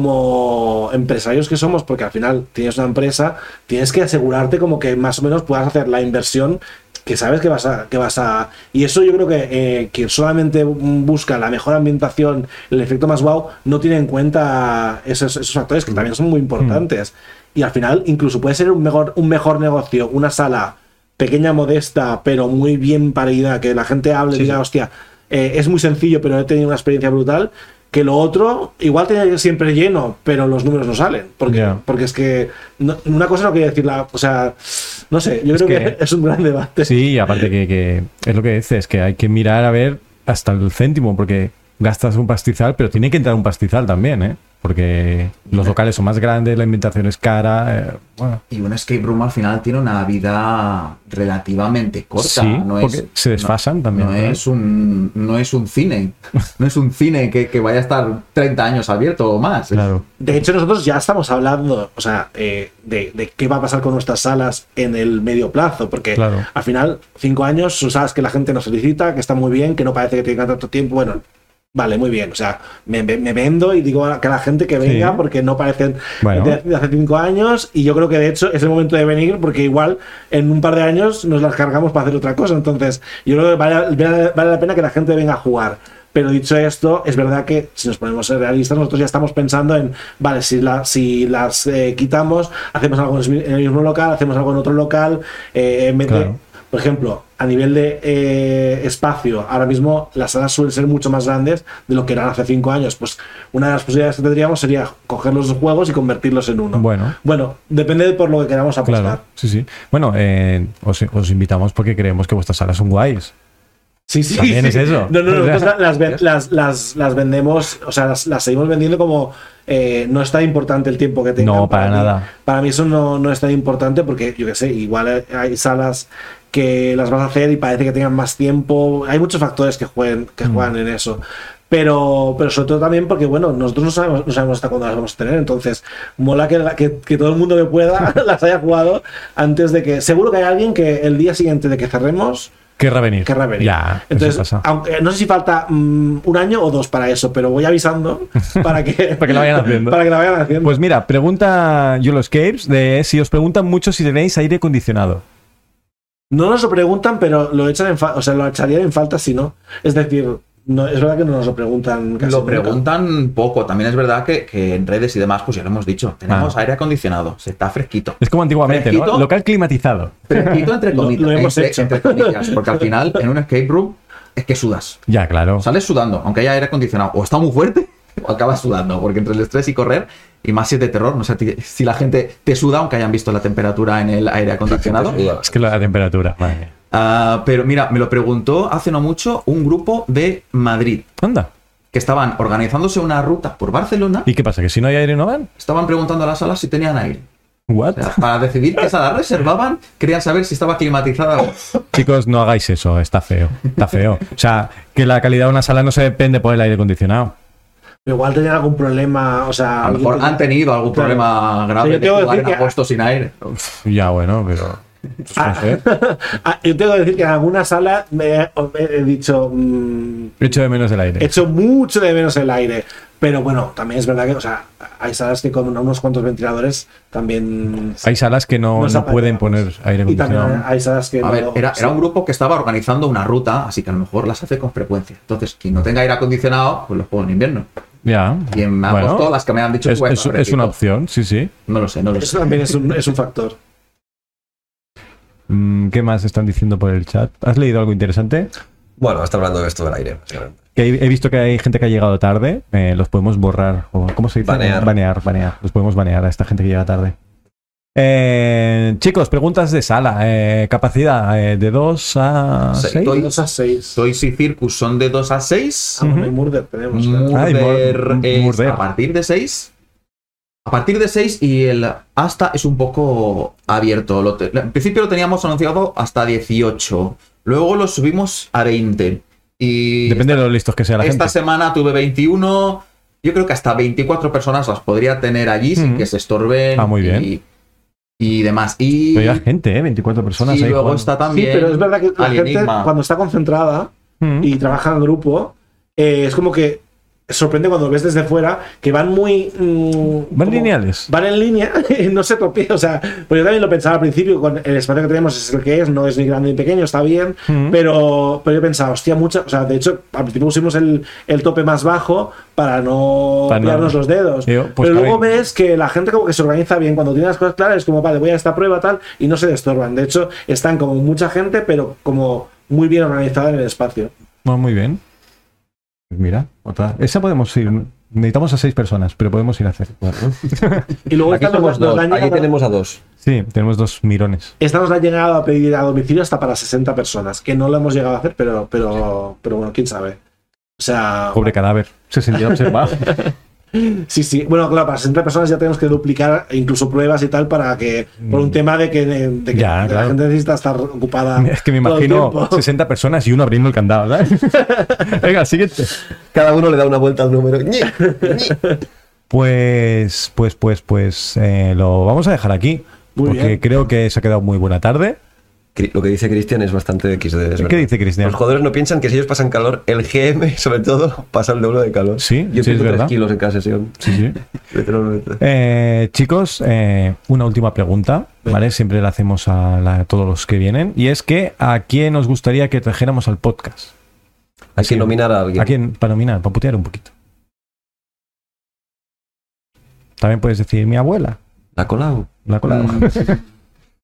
Speaker 5: como empresarios que somos, porque al final tienes una empresa, tienes que asegurarte como que más o menos puedas hacer la inversión que sabes que vas a que vas a y eso yo creo que eh, quien solamente busca la mejor ambientación el efecto más wow no tiene en cuenta esos, esos factores que también son muy importantes y al final incluso puede ser un mejor un mejor negocio una sala pequeña modesta pero muy bien parida que la gente hable y diga hostia eh, es muy sencillo pero he tenido una experiencia brutal que lo otro igual tiene siempre lleno pero los números no salen porque
Speaker 2: Ya.
Speaker 5: porque es que no- una cosa no quiere decir la o sea no sé yo creo
Speaker 2: que-
Speaker 5: que, <laughs> es un gran debate
Speaker 2: Sí, y aparte que, que es lo que dices, que hay que mirar a ver hasta el céntimo, porque gastas un pastizal, pero tiene que entrar un pastizal también, ¿eh? Porque los locales son más grandes, la inventación es cara. eh, bueno.
Speaker 4: Y un escape room al final tiene una vida relativamente corta.
Speaker 2: Sí,
Speaker 4: no
Speaker 2: porque
Speaker 4: es,
Speaker 2: se desfasan también,
Speaker 4: No
Speaker 2: ¿verdad?
Speaker 4: es, un, no es un cine. <laughs> No es un cine que, que vaya a estar 30 años abierto o más.
Speaker 2: Claro.
Speaker 5: De hecho, nosotros ya estamos hablando, o sea, eh, de, de qué va a pasar con nuestras salas en el medio plazo, porque
Speaker 2: Claro.
Speaker 5: al final, cinco años, son salas que la gente nos solicita, que está muy bien, que no parece que tenga tanto tiempo, bueno, vale, muy bien, o sea, me, me- me vendo y digo a que la gente que venga,
Speaker 2: Sí.
Speaker 5: porque no parecen
Speaker 2: Bueno.
Speaker 5: de, de hace cinco años, y yo creo que de hecho es el momento de venir, porque igual en un par de años nos las cargamos para hacer otra cosa, entonces yo creo que vale, vale- vale la pena que la gente venga a jugar. Pero dicho esto, es verdad que si nos ponemos a ser realistas, nosotros ya estamos pensando en, vale, si, la- si las eh, quitamos, hacemos algo en el mi- en el mismo local, hacemos algo en otro local. eh, en vez de-
Speaker 2: Claro.
Speaker 5: por ejemplo, a nivel de eh, espacio, ahora mismo las salas suelen ser mucho más grandes de lo que eran hace cinco años. Pues una de las posibilidades que tendríamos sería coger los dos juegos y convertirlos en uno.
Speaker 2: Bueno.
Speaker 5: bueno depende de por lo que queramos apostar.
Speaker 2: Claro, sí, sí. Bueno, eh, os, os invitamos porque creemos que vuestras salas son guays.
Speaker 5: Sí, sí.
Speaker 2: También
Speaker 5: sí.
Speaker 2: es eso.
Speaker 5: No, no,
Speaker 2: <laughs>
Speaker 5: no, nosotros las, ven- las, las, las vendemos, o sea, las, las seguimos vendiendo como eh, no es tan importante el tiempo que tengan.
Speaker 2: No, para
Speaker 5: mí.
Speaker 2: nada.
Speaker 5: Para mí eso no, no es tan importante porque, yo qué sé, igual hay salas que las vas a hacer y parece que tengan más tiempo. Hay muchos factores que, jueguen, que
Speaker 2: Mm.
Speaker 5: juegan en eso. Pero, pero sobre todo también porque, bueno, nosotros no sabemos, no sabemos hasta cuándo las vamos a tener, entonces mola que, la- que, que todo el mundo que pueda <laughs> las haya jugado antes de que... Seguro que hay alguien que el día siguiente de que cerremos
Speaker 2: Querrá venir.
Speaker 5: querrá venir.
Speaker 2: Ya,
Speaker 5: Entonces,
Speaker 2: eso pasa.
Speaker 5: aunque- no sé si falta mm, un año o dos para eso, pero
Speaker 2: <laughs>
Speaker 5: voy avisando para que,
Speaker 2: Para que lo vayan haciendo.
Speaker 5: <laughs> Para que la vayan haciendo.
Speaker 2: Pues mira, pregunta Yoloscapes de si os preguntan mucho si tenéis aire acondicionado.
Speaker 5: no nos lo preguntan, pero lo echan en fa- o sea, lo echarían en falta si no. Es decir, no, es verdad que no nos lo preguntan casi
Speaker 4: Lo
Speaker 5: nunca.
Speaker 4: preguntan poco. También es verdad que, que en redes y demás, pues ya lo hemos dicho. Tenemos
Speaker 2: Ah.
Speaker 4: aire acondicionado. Se está fresquito.
Speaker 2: Es como antiguamente, ¿no?
Speaker 4: Fresquito.
Speaker 2: Local climatizado.
Speaker 4: Fresquito
Speaker 2: <laughs>
Speaker 4: entre
Speaker 5: Lo-
Speaker 4: comillas.
Speaker 5: lo hemos
Speaker 4: entre-
Speaker 5: hecho.
Speaker 4: entre comillas, Porque al final, en un escape room, es que sudas.
Speaker 2: Ya, claro.
Speaker 4: Sales sudando, aunque haya aire acondicionado. O está muy fuerte, <laughs> o acabas sudando. Porque entre el estrés y correr, y más si es de terror, no sé ti- si la gente te suda, aunque hayan visto la temperatura en el aire acondicionado.
Speaker 2: Es que la temperatura. Madre mía.
Speaker 4: Ah, pero mira, me lo preguntó hace no mucho un grupo de Madrid.
Speaker 2: Anda.
Speaker 4: que estaban organizándose una ruta por Barcelona.
Speaker 2: ¿Y qué pasa? ¿Que si no hay aire no van?
Speaker 4: Estaban preguntando a las salas si tenían aire.
Speaker 2: ¿What?
Speaker 4: O sea, para decidir qué sala reservaban, querían saber si estaba climatizada o
Speaker 2: Chicos, no hagáis eso, está feo. Está feo. O sea, que la calidad de una sala no se depende por el aire acondicionado.
Speaker 5: Pero Igual tenían algún problema, o sea...
Speaker 4: A lo mejor han tenido algún
Speaker 5: Claro.
Speaker 4: problema
Speaker 5: O sea,
Speaker 4: grave
Speaker 5: yo
Speaker 4: de
Speaker 5: tengo que
Speaker 4: jugar en
Speaker 5: decir que-
Speaker 4: agosto sin aire.
Speaker 2: Uf, ya bueno, pero. pues, no sé.
Speaker 5: <laughs> Ah, yo tengo que decir que en alguna sala me, me he dicho... mm,
Speaker 2: Echo de menos el aire.
Speaker 5: Echo mucho de menos el aire. Pero bueno, también es verdad que, o sea, hay salas que con unos cuantos ventiladores también.
Speaker 2: Hay salas que no,
Speaker 5: nos
Speaker 2: no
Speaker 5: apañamos.
Speaker 2: pueden poner aire
Speaker 5: Y también
Speaker 2: acondicionado.
Speaker 5: hay salas que.
Speaker 4: A ver,
Speaker 5: no-
Speaker 4: era, era un grupo que estaba organizando una ruta, así que a lo mejor las hace con frecuencia. Entonces, quien no tenga aire acondicionado, pues los juego en invierno.
Speaker 2: Ya.
Speaker 4: Y en
Speaker 2: Bueno,
Speaker 4: agosto, las que me han dicho
Speaker 2: es,
Speaker 4: pues,
Speaker 2: es-
Speaker 4: repito.
Speaker 2: es una opción, sí, sí.
Speaker 4: No lo sé, no lo
Speaker 5: Eso
Speaker 4: sé.
Speaker 5: también
Speaker 4: <laughs>
Speaker 5: es un, es un factor.
Speaker 2: Mm, ¿Qué más están diciendo por el chat? ¿Has leído algo interesante?
Speaker 3: Bueno, está hablando de esto del aire, básicamente.
Speaker 2: Que he, he visto que hay gente que ha llegado tarde. eh, los podemos borrar. o ¿Cómo se dice?
Speaker 3: Banear.
Speaker 2: Banear, banear. Los podemos banear a esta gente que llega tarde. Eh, chicos, preguntas de sala. Eh, capacidad eh, de 2 a
Speaker 3: Seis.
Speaker 2: 6.
Speaker 4: Soy-
Speaker 5: Dos a seis.
Speaker 4: Soy si Circus son de 2 a 6.
Speaker 5: Ah, bueno, y Murder tenemos. claro.
Speaker 2: Ah, y
Speaker 4: Murder
Speaker 2: Mur-
Speaker 4: es
Speaker 2: Murder.
Speaker 4: a partir de 6. A partir de 6 y el hasta es un poco abierto. Lo te- en principio lo teníamos anunciado hasta 18. Luego lo subimos a 20. Y
Speaker 2: Depende de lo listos que sea la
Speaker 4: esta
Speaker 2: gente.
Speaker 4: semana tuve 21. Yo creo que hasta 24 personas las podría tener allí sin
Speaker 2: Mm.
Speaker 4: que se estorben.
Speaker 2: Ah, muy bien.
Speaker 4: Y, y demás. Y,
Speaker 2: Pero ya gente, ¿eh? 24 personas
Speaker 4: y
Speaker 2: ahí
Speaker 4: luego
Speaker 2: jugando.
Speaker 4: está
Speaker 5: Sí,
Speaker 4: también.
Speaker 5: pero es verdad que la
Speaker 4: al
Speaker 5: gente,
Speaker 4: Enigma.
Speaker 5: cuando está concentrada
Speaker 2: Mm.
Speaker 5: y trabaja en grupo, eh, es como que sorprende cuando lo ves desde fuera que van muy. mm,
Speaker 2: Van
Speaker 5: como-
Speaker 2: lineales.
Speaker 5: van en línea <laughs> y no se tropie, O sea, pues yo también lo pensaba al principio, con el espacio que tenemos es el que es, no es ni grande ni pequeño, está bien,
Speaker 2: Ujú.
Speaker 5: pero, pero yo pensaba, hostia, mucha, o sea, de hecho, al principio pusimos el, el tope más bajo para no
Speaker 2: Para no-
Speaker 5: pillarnos los dedos.
Speaker 2: Yo, pues,
Speaker 5: pero luego
Speaker 2: también.
Speaker 5: ves que la gente como que se organiza bien, cuando tiene las cosas claras, es como, vale, voy a esta prueba tal, y no se destorban. De hecho, están como mucha gente, pero como muy bien organizada en el espacio.
Speaker 2: No, Ah, muy bien. Pues Mira, otra. Esa podemos ir. Necesitamos a seis personas, pero podemos ir a hacer.
Speaker 5: Y luego
Speaker 3: Aquí
Speaker 5: están
Speaker 3: tenemos
Speaker 5: los, los
Speaker 3: dos.
Speaker 5: que han
Speaker 3: Aquí
Speaker 5: llegado-
Speaker 3: tenemos a dos.
Speaker 2: Sí, tenemos dos mirones.
Speaker 5: Esta nos la ha llegado a pedir a domicilio hasta para 60 personas, que no la hemos llegado a hacer, pero, pero, pero bueno, quién sabe. O sea,
Speaker 2: Pobre cadáver. Se sentía observado.
Speaker 5: sí, sí. Bueno, claro, para 60 personas ya tenemos que duplicar incluso pruebas y tal para que, por un tema de que, de que
Speaker 2: Mm. Ya,
Speaker 5: la
Speaker 2: claro.
Speaker 5: gente necesita estar ocupada.
Speaker 2: es que me
Speaker 5: todo el
Speaker 2: imagino
Speaker 5: tiempo.
Speaker 2: 60 personas y uno abriendo el candado, ¿verdad? Venga, siguiente.
Speaker 3: Cada uno le da una vuelta al número. Ñi, <laughs> Ñi.
Speaker 2: Pues, pues, pues, pues eh, lo vamos a dejar aquí.
Speaker 5: Muy
Speaker 2: porque
Speaker 5: bien.
Speaker 2: creo que se ha quedado muy buena tarde.
Speaker 3: Cri- Lo que dice Cristian es bastante XD. es
Speaker 2: ¿Qué
Speaker 3: verdad. Pues
Speaker 2: dice Cristian?
Speaker 3: Los jugadores no piensan que si ellos pasan calor, el GM, <laughs> sobre todo, pasa el doble de calor.
Speaker 2: Sí, sí,
Speaker 3: Yo
Speaker 2: es
Speaker 3: pierdo tres
Speaker 2: verdad.
Speaker 3: kilos en cada sesión.
Speaker 2: Sí, sí.
Speaker 3: Literalmente.
Speaker 2: Eh, chicos, eh, una última pregunta, ¿vale? Siempre la hacemos a, la- a todos los que vienen. Y es que, ¿a quién os gustaría que trajéramos al podcast?
Speaker 3: Hay
Speaker 2: Sí.
Speaker 3: que nominar a alguien.
Speaker 2: ¿A quién? Para nominar, para putear un poquito. También puedes decir mi abuela.
Speaker 3: La Colau.
Speaker 2: La colado.
Speaker 4: <laughs>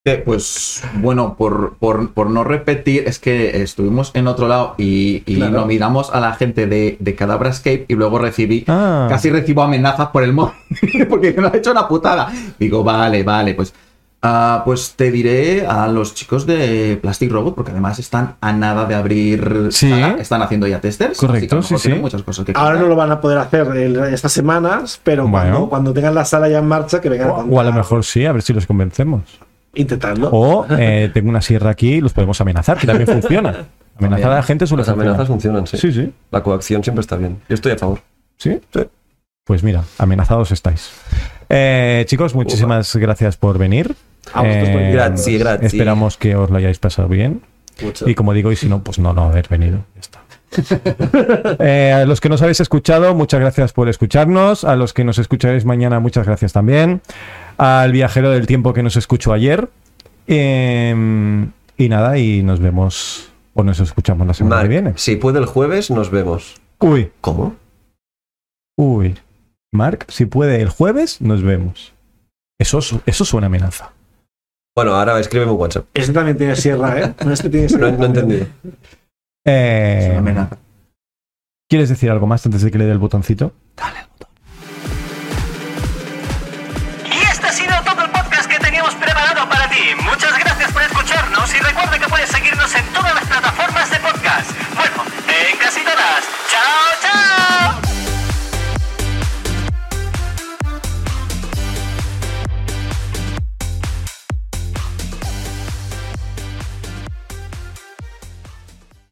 Speaker 4: Eh, Pues bueno, por, por, por no repetir, es que estuvimos en otro lado y, y
Speaker 5: Claro.
Speaker 4: nominamos a la gente de, de Cadabra Escape y luego recibí,
Speaker 2: Ah.
Speaker 4: casi recibo amenazas por el móvil <laughs> porque no ha hecho una putada. Digo, vale, vale, pues, ah, pues te diré a los chicos de Plastic Robot porque además están a nada de abrir,
Speaker 2: Sí.
Speaker 4: sala, están haciendo ya testers. así que a lo
Speaker 2: Correcto,
Speaker 4: mejor
Speaker 2: sí,
Speaker 4: tienen
Speaker 2: sí.
Speaker 4: muchas cosas que
Speaker 5: Ahora
Speaker 4: contar.
Speaker 5: no lo van a poder hacer el- estas semanas, pero
Speaker 2: Bueno.
Speaker 5: cuando, cuando tengan la sala ya en marcha, que vengan
Speaker 2: O, o a lo mejor sí, a ver si los convencemos.
Speaker 5: intentando.
Speaker 2: O eh, tengo una sierra aquí y los podemos amenazar, que
Speaker 3: <laughs>
Speaker 2: también funciona. Amenazar a la gente suele
Speaker 3: Las
Speaker 2: funcionar.
Speaker 3: amenazas funcionan, sí.
Speaker 2: Sí, sí,
Speaker 3: La coacción siempre está bien. Yo estoy a favor.
Speaker 2: sí.
Speaker 3: Sí.
Speaker 2: Pues mira, amenazados estáis. Eh, chicos, muchísimas gracias por venir.
Speaker 5: A vosotros por
Speaker 2: Eh,
Speaker 3: Grazie, grazie.
Speaker 2: Esperamos que os lo hayáis pasado bien.
Speaker 5: Mucho.
Speaker 2: Y como digo, y si no, pues no, no haber venido. Ya
Speaker 5: <laughs>
Speaker 2: está. Eh, a los que nos habéis escuchado, muchas gracias por escucharnos. A los que nos escucharéis mañana, muchas gracias también. Al viajero del tiempo que nos escuchó ayer. Eh, y nada, y nos vemos o nos escuchamos la semana
Speaker 3: Marc,
Speaker 2: que viene.
Speaker 3: si puede el jueves, nos vemos.
Speaker 2: Uy,
Speaker 3: ¿Cómo?
Speaker 2: uy. Mark, si puede, el jueves nos vemos. Eso, su- eso suena amenaza.
Speaker 3: Bueno, ahora escríbeme un WhatsApp.
Speaker 5: Este también tiene sierra, ¿eh? Este tiene
Speaker 3: <laughs> No, no
Speaker 5: sierra.
Speaker 3: he entendido.
Speaker 4: Es
Speaker 2: Eh,
Speaker 4: una amenaza.
Speaker 2: ¿Quieres decir algo más antes de que le dé el botoncito?
Speaker 1: Y este ha sido todo el podcast que teníamos preparado para ti. Muchas gracias por escucharnos y recuerda que puedes seguirnos en todas las plataformas